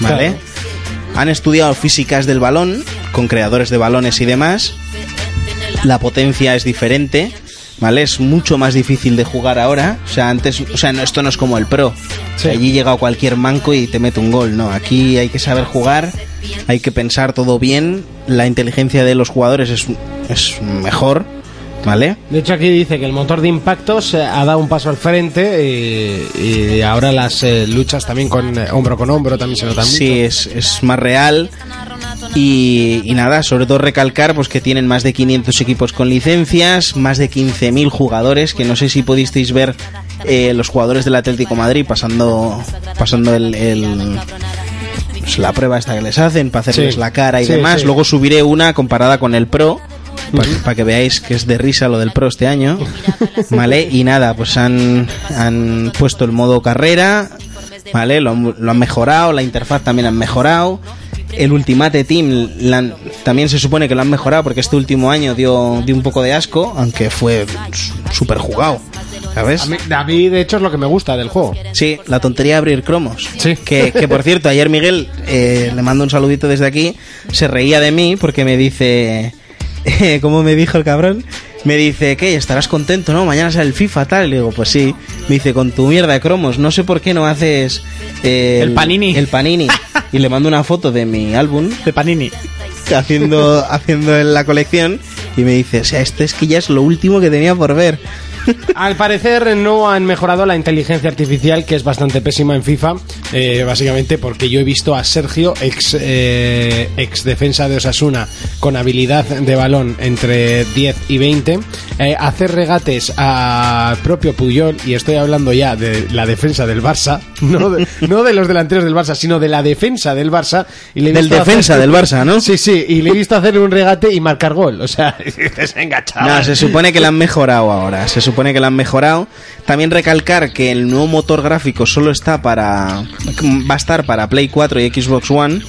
S5: ¿vale? Han estudiado físicas del balón con creadores de balones y demás. La potencia es diferente, ¿vale? Es mucho más difícil de jugar ahora. O sea, antes, o sea, no, esto no es como el pro.
S2: Sí.
S5: Allí llega cualquier manco y te mete un gol, no. Aquí hay que saber jugar, hay que pensar todo bien. La inteligencia de los jugadores es, es mejor, ¿vale?
S2: De hecho, aquí dice que el motor de impactos eh, ha dado un paso al frente y, y ahora las eh, luchas también con eh, hombro con hombro también se notan
S5: Sí, es, es más real. Y, y nada, sobre todo recalcar pues que tienen más de 500 equipos con licencias, más de 15.000 jugadores, que no sé si pudisteis ver eh, los jugadores del Atlético Madrid pasando, pasando el, el- pues, la prueba esta que les hacen para hacerles
S2: Sí.
S5: la cara y
S2: Sí,
S5: demás.
S2: sí.
S5: Luego subiré una comparada con el Pro. Para que veáis que es de risa lo del pro este año. ¿Vale? Y nada, pues han, han puesto el modo carrera. ¿Vale? Lo, han- lo han mejorado. La interfaz también han mejorado. El Ultimate Team la han- también se supone que lo han mejorado porque este último año dio, dio un poco de asco, aunque fue súper jugado. ¿Sabes?
S2: A mí, a mí, de hecho, es lo que me gusta del juego.
S5: Sí, la tontería de abrir cromos.
S2: Sí.
S5: Que, que, por cierto, ayer Miguel, eh, le mando un saludito desde aquí, se reía de mí porque me dice. eh, ¿Cómo me dijo el cabrón? Me dice, ¿qué? ¿Estarás contento, no? Mañana sale el FIFA, tal. Y le digo, pues sí. Me dice, con tu mierda de cromos, no sé por qué no haces. eh,
S4: El panini.
S5: El panini. Y le mando una foto de mi álbum
S4: De Panini.
S5: haciendo, haciendo en la colección. Y me dice, o sea, este es que ya es lo último que tenía por ver.
S2: Al parecer no han mejorado la inteligencia artificial, que es bastante pésima en FIFA, eh, básicamente porque yo he visto a Sergio, ex, eh, ex defensa de Osasuna, con habilidad de balón entre 10 y 20, eh, hacer regates al propio Puyol, y estoy hablando ya de la defensa del Barça, no de, no de los delanteros del Barça, sino de la defensa del Barça. Y le he
S5: Del
S2: visto hacer-
S5: defensa del Barça, ¿no?
S2: Sí, sí, y le he visto hacer un regate y marcar gol, o sea, es enganchado.
S5: No, se supone que la han mejorado ahora. Se supone que la han mejorado. También recalcar que el nuevo motor gráfico solo está para. Va a estar para Play 4 y Xbox One.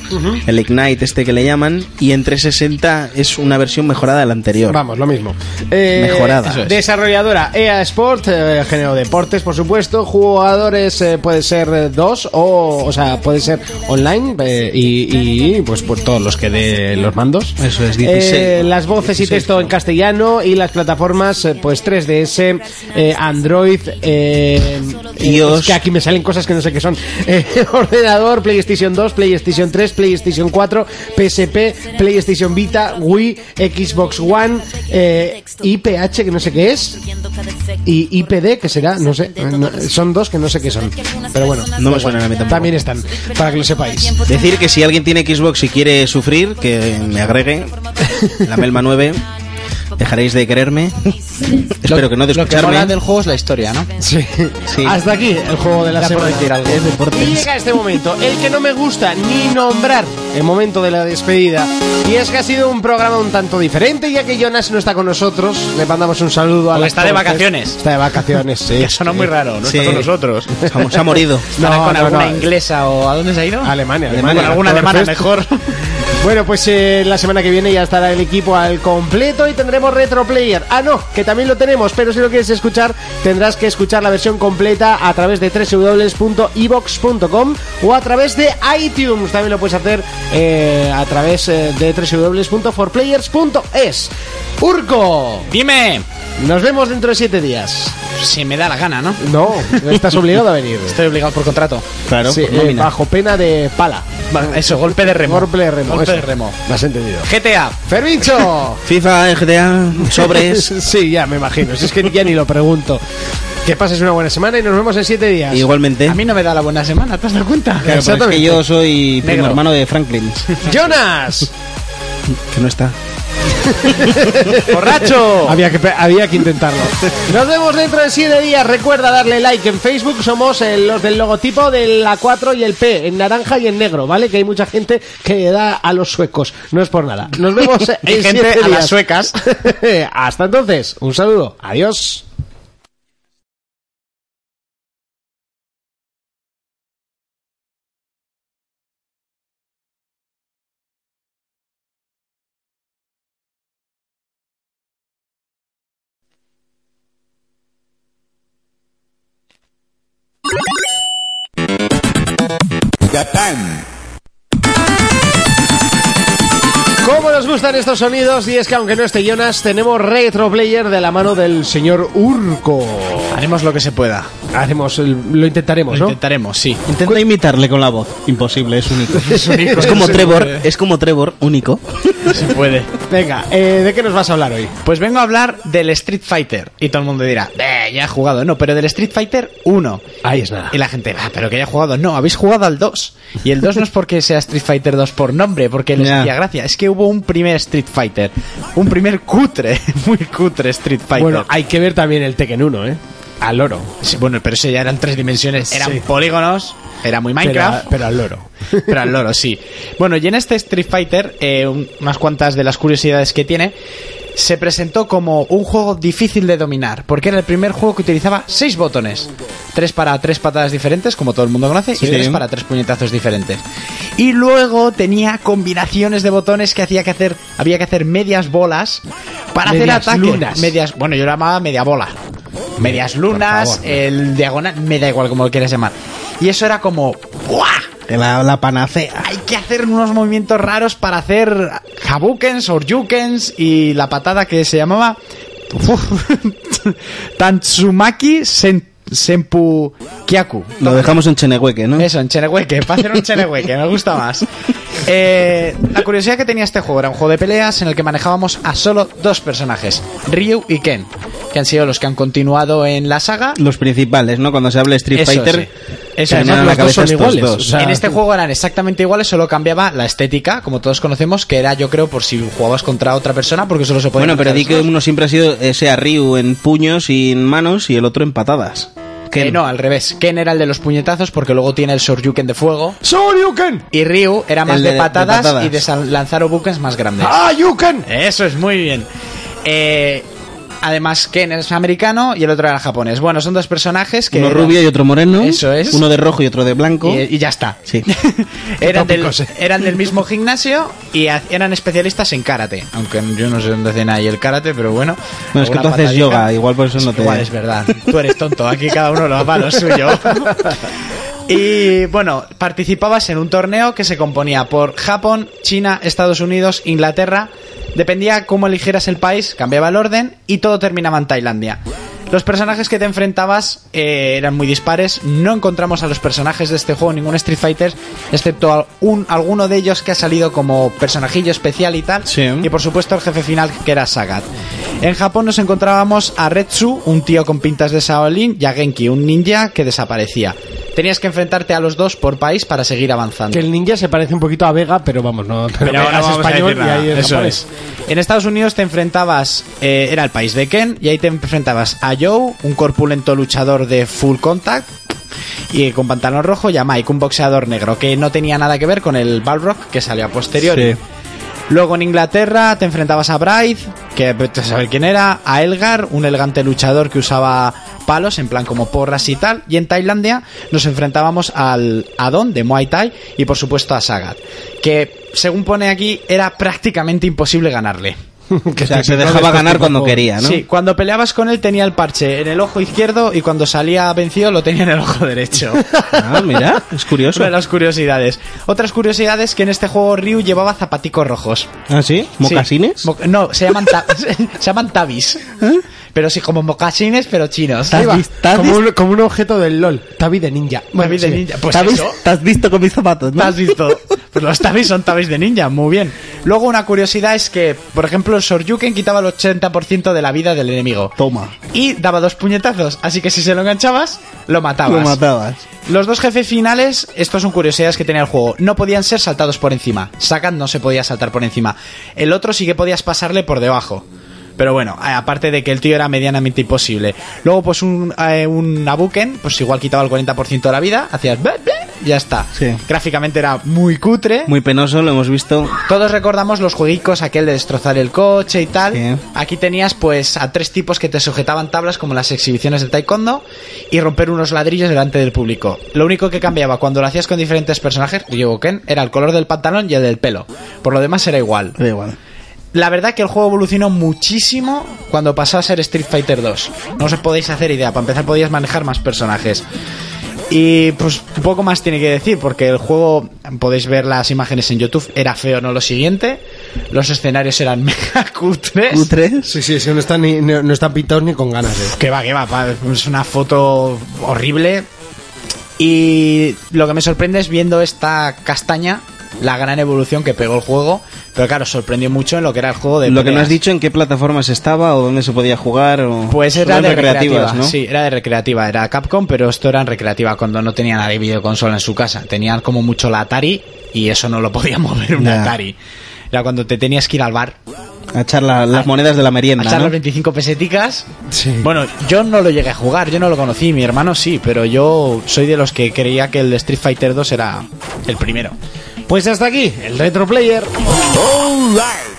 S5: El Ignite, este que le llaman. Y en 360 es una versión mejorada del anterior.
S2: Vamos, lo mismo. Eh,
S5: Mejorada. Eso es.
S2: Desarrolladora EA Sport, eh, género deportes, por supuesto. Jugadores eh, puede ser eh, dos o, o sea, puede ser online eh, y, y, pues por todos los que dé los mandos.
S5: Eso es, 16.
S2: Eh, las voces y texto en castellano y las plataformas eh, pues 3DS, eh, Android, eh,
S5: iOS.
S2: es que aquí me salen cosas que no sé qué son. Eh, ordenador, PlayStation 2, PlayStation 3, PlayStation 4, PSP, PlayStation Vita, Wii, Xbox One, eh, IPH, que no sé qué es, y IPD, que será, no sé, eh, no- son dos que no sé qué son. Pero bueno,
S5: No me suenan a mí tampoco.
S2: también están, para que lo sepáis.
S5: Decir que si alguien tiene Xbox y quiere sufrir, que me agregue. La Melma 9. Dejaréis de quererme. Espero que no de
S4: Lo que
S5: escucharme.
S4: mola del juego es la historia, ¿no?
S2: Sí.
S5: Sí.
S2: Hasta aquí el juego de la
S4: Ya puedo
S2: semana.
S4: decir algo.
S2: Es deportes. Y llega este momento, el que no me gusta ni nombrar, el momento de la despedida. Y es que ha sido un programa un tanto diferente, ya que Jonas no está con nosotros. Le mandamos un saludo a
S4: Porque
S2: las
S4: está de
S2: Cortes.
S4: vacaciones.
S2: Está de vacaciones, sí.
S4: Eso no es muy raro, no está
S5: Sí.
S4: con nosotros.
S5: Se ha morido.
S4: ¿Estará
S2: No,
S4: con
S2: no,
S4: alguna
S2: no.
S4: inglesa o a dónde se ha ido?
S2: Alemania,
S4: Con
S2: Alemania.
S4: alguna alemana
S2: Oktoberfest.
S4: mejor.
S2: Bueno, pues eh, la semana que viene ya estará el equipo al completo y tendremos Retro Player. Ah, no, que también lo tenemos, pero si lo quieres escuchar, tendrás que escuchar la versión completa a través de www.evox.com o a través de iTunes. También lo puedes hacer eh, a través eh, de www.forplayers.es. Urco,
S4: Dime.
S2: Nos vemos dentro de siete días.
S4: Se me da la gana, ¿no?
S2: No, Este- estás obligado a venir.
S4: Estoy obligado por contrato.
S5: Claro,
S2: Sí,
S5: por
S2: eh,
S5: nómina.
S2: bajo pena de pala.
S4: Va, Eso, golpe de remo.
S2: Golpe de remo.
S4: Golpe
S2: eso.
S4: de remo.
S2: Me has entendido.
S4: GTA.
S2: ¡Fermincho!
S5: FIFA, GTA, sobres.
S2: sí, ya me imagino. Si es que ya ni lo pregunto. Que pases una buena semana y nos vemos en siete días.
S5: Igualmente.
S4: A mí no me da la buena semana, ¿te has dado cuenta?
S5: Claro, pero es que
S2: exactamente.
S5: yo soy primo
S4: Negro.
S5: hermano de Franklin,
S2: ¡Jonas!
S5: que no está.
S4: ¡Borracho!
S2: Había que, había que intentarlo. Nos vemos dentro de 7 días. Recuerda darle like en Facebook. Somos eh, los del logotipo de la 4 y el P, en naranja y en negro, ¿vale? Que hay mucha gente que le da a los suecos. No es por nada. Nos vemos en
S4: Y gente
S2: siete
S4: a las
S2: días.
S4: suecas.
S2: Hasta entonces, un saludo. Adiós. ¿Cómo nos gustan estos sonidos? Y es que aunque no esté Jonas, tenemos Retro Player de la mano del señor Urco.
S4: Haremos lo que se pueda.
S2: Haremos, el- lo intentaremos,
S4: Lo
S2: ¿no?
S4: intentaremos, sí.
S5: Intenta imitarle con la voz. Imposible, es único. es,
S4: único,
S5: como
S4: es
S5: Trevor,
S4: único.
S5: es como Trevor, único.
S4: Se puede.
S2: Venga, eh, ¿de qué nos vas a hablar hoy?
S4: Pues vengo a hablar del Street Fighter. Y todo el mundo dirá, "Eh, ya he jugado. No, pero del Street Fighter 1.
S2: Ahí es nada.
S4: Y la gente, ah, pero que ya he jugado. No, habéis jugado al 2. Y el 2 no es porque sea Street Fighter 2 por nombre, porque les
S5: Ya.
S4: hacía gracia. Es que hubo un primer Street Fighter. Un primer cutre, muy cutre Street Fighter.
S2: Bueno, hay que ver también el Tekken 1, ¿eh? Al oro.
S4: Sí, bueno, pero eso ya eran tres dimensiones. Eran
S2: Sí.
S4: polígonos, era muy
S2: Pero a-
S4: Minecraft.
S2: Pero, al oro.
S4: Pero al loro, sí. Bueno, y en este Street Fighter, eh, un- unas cuantas de las curiosidades que tiene, se presentó como un juego difícil de dominar, porque era el primer juego que utilizaba seis botones. Tres para tres patadas diferentes, como todo el mundo conoce, y tres para tres puñetazos diferentes. Y luego tenía combinaciones de botones que hacía que hacer, había que hacer medias bolas para
S2: Medias
S4: hacer ataques.
S2: lunas.
S4: Medias, bueno, yo lo llamaba media bola. Medias lunas,
S2: favor.
S4: el diagonal, me da igual como lo quieras llamar. Y eso era como, ¡buah!
S5: La, la panacea.
S4: hay que hacer unos movimientos raros para hacer habukens, oryukens y la patada que se llamaba Tantsumaki Sen- Senpu Kyaku.
S5: Lo dejamos en Chenehueque, ¿no?
S4: Eso, en Chenehueque, para hacer un Chenehueque, me gusta más. Eh, la curiosidad que tenía este juego era un juego de peleas en el que manejábamos a solo dos personajes, Ryu y Ken, que han sido los que han continuado en la saga
S5: Los principales, ¿no? Cuando se habla de Street
S4: Eso
S5: Fighter,
S4: sí. Eso,
S5: te
S4: además,
S5: vienen a la
S4: los dos
S5: cabeza
S4: son
S5: estos
S4: iguales.
S5: dos.
S4: O sea, en este juego eran exactamente iguales, solo cambiaba la estética, como todos conocemos, que era yo creo por si jugabas contra otra persona, porque solo se podía.
S5: Bueno, pero di que uno siempre ha sido, eh, sea Ryu en puños y en manos y el otro en patadas.
S4: Que Eh, no, al revés. Ken era el de los puñetazos, porque luego tiene el Soryuken de fuego.
S2: ¡Soryuken!
S4: Y Ryu era más
S5: El
S4: de,
S5: de- de
S4: patadas
S5: patadas.
S4: y de sal- lanzar obuques más grandes.
S2: ¡Ah, Yuken!
S4: Eso es muy bien. Eh, además, Ken es americano y el otro era japonés. Bueno, son dos personajes que.
S5: Uno
S4: eran-
S5: rubio y otro moreno.
S4: Eso es.
S5: Uno de rojo y otro de blanco.
S4: Y, y ya está.
S5: Sí.
S4: eran, del,
S2: tópicos, eh.
S4: eran del mismo gimnasio y ha- eran especialistas en karate. Aunque yo no sé dónde hacen ahí el karate, pero bueno.
S5: Bueno, es que
S4: alguna
S5: tú haces
S4: patadita.
S5: yoga, igual por eso no te-
S4: Igual, es verdad. Tú eres tonto, aquí cada uno lo va a lo suyo. Y bueno, participabas en un torneo que se componía por Japón, China, Estados Unidos, Inglaterra. Dependía cómo eligieras el país, cambiaba el orden y todo terminaba en Tailandia. Los personajes que te enfrentabas eh, eran muy dispares. No encontramos a los personajes de este juego en ningún Street Fighter, excepto a un, alguno de ellos que ha salido como personajillo especial y tal.
S5: Sí.
S4: Y por supuesto el jefe final que era Sagat. En Japón nos encontrábamos a Retsu, un tío con pintas de Shaolin, y a Genki, un ninja que desaparecía. Tenías que enfrentarte a los dos por país para seguir avanzando.
S2: Que el ninja se parece un poquito a Vega, pero vamos, no. Pero,
S4: Pero
S2: Vega
S4: ahora
S2: es
S4: vamos a
S2: español
S4: decir
S2: y
S4: nada.
S2: ahí es
S4: Eso
S2: japonés.
S4: es. En Estados Unidos te enfrentabas, eh, era el país de Ken, y ahí te enfrentabas a Joe, un corpulento luchador de full contact, y con pantalón rojo, y a Mike, un boxeador negro, que no tenía nada que ver con el Balrog que salió a posteriori.
S5: Sí.
S4: Luego en Inglaterra te enfrentabas a Bright, que vete a saber quién era, a Elgar, un elegante luchador que usaba palos, en plan como porras y tal. Y en Tailandia nos enfrentábamos al Adon de Muay Thai y por supuesto a Sagat, que según pone aquí era prácticamente imposible ganarle.
S5: o sea, se dejaba ganar cuando quería, ¿no?
S4: Sí, cuando peleabas con él tenía el parche en el ojo izquierdo y cuando salía vencido lo tenía en el ojo derecho.
S5: Ah, mira, es curioso.
S4: Una de las curiosidades. Otras curiosidades que en este juego Ryu llevaba zapaticos rojos.
S5: ¿Ah, sí? ¿Mocasines?
S7: ¿Eh?
S4: Sí. Mo- no, se llaman, ta- se llaman tabis. pero sí como mocasines, pero chinos.
S2: Ahí va,
S7: ¿Has visto? ¿Has
S2: como,
S7: visto?
S2: un, como un objeto del LOL. Tabi de ninja. Bueno,
S4: Tabis de
S2: sigue.
S4: ninja. Pues
S7: ¿Te has
S4: eso.
S7: vis- te has visto con mis zapatos, no?
S4: ¿Te has visto? Pues los tabis son tabis de ninja, muy bien. Luego una curiosidad es que, por ejemplo, el Soryuken quitaba el 80% de la vida del enemigo.
S7: Toma.
S4: Y daba dos puñetazos, así que si se lo enganchabas, lo matabas.
S7: Lo matabas.
S4: Los dos jefes finales, estos son curiosidades que tenía el juego, no podían ser saltados por encima. Sagat no se podía saltar por encima. El otro sí que podías pasarle por debajo. Pero bueno, a- aparte de que el tío era medianamente imposible. Luego, pues un, eh, un Abuken, pues igual quitaba el 40% de la vida, hacías... ble, ble, Ya está.
S7: Sí.
S4: Gráficamente era muy cutre.
S5: Muy penoso, lo hemos visto.
S4: Todos recordamos los jueguicos, aquel de destrozar el coche y tal.
S5: Sí.
S4: Aquí tenías pues a tres tipos que te sujetaban tablas como las exhibiciones de taekwondo y romper unos ladrillos delante del público. Lo único que cambiaba cuando lo hacías con diferentes personajes, Ryu o Ken, era el color del pantalón y el del pelo. Por lo demás era igual.
S7: Da igual.
S4: La verdad que el juego evolucionó muchísimo cuando pasó a ser Street Fighter 2. No os podéis hacer idea, para empezar podías manejar más personajes. Y pues poco más tiene que decir, porque el juego, podéis ver las imágenes en YouTube, era feo, no lo siguiente. Los escenarios eran mega cutres.
S7: ¿U3?
S2: Sí, sí, sí, no están, ni, no, no están pintados ni con ganas. eh.
S4: Que va, que va, pa- es una foto horrible. Y lo que me sorprende es viendo esta castaña, la gran evolución que pegó el juego. Pero claro, sorprendió mucho en lo que era el juego de...
S5: Lo que no
S4: peleas.
S5: has dicho en qué plataformas estaba o dónde se podía jugar o
S4: Pues era
S5: Eran
S4: de recreativa,
S5: ¿no?
S4: sí, era de recreativa, era Capcom, pero esto era en recreativa cuando no tenía nadie videoconsola en su casa. Tenían como mucho la Atari y eso no lo podía mover un
S5: Ya.
S4: Atari. Era cuando te tenías que ir al bar
S5: A echar la- las monedas de la
S4: a
S5: merienda,
S4: echar
S5: ¿no?
S4: las 25 peseticas.
S2: Sí.
S4: Bueno, yo no lo llegué a jugar, yo no lo conocí, mi hermano sí, pero yo soy de los que creía que el Street Fighter 2 era el primero.
S2: Pues hasta aquí, el Retro Player.
S1: All right.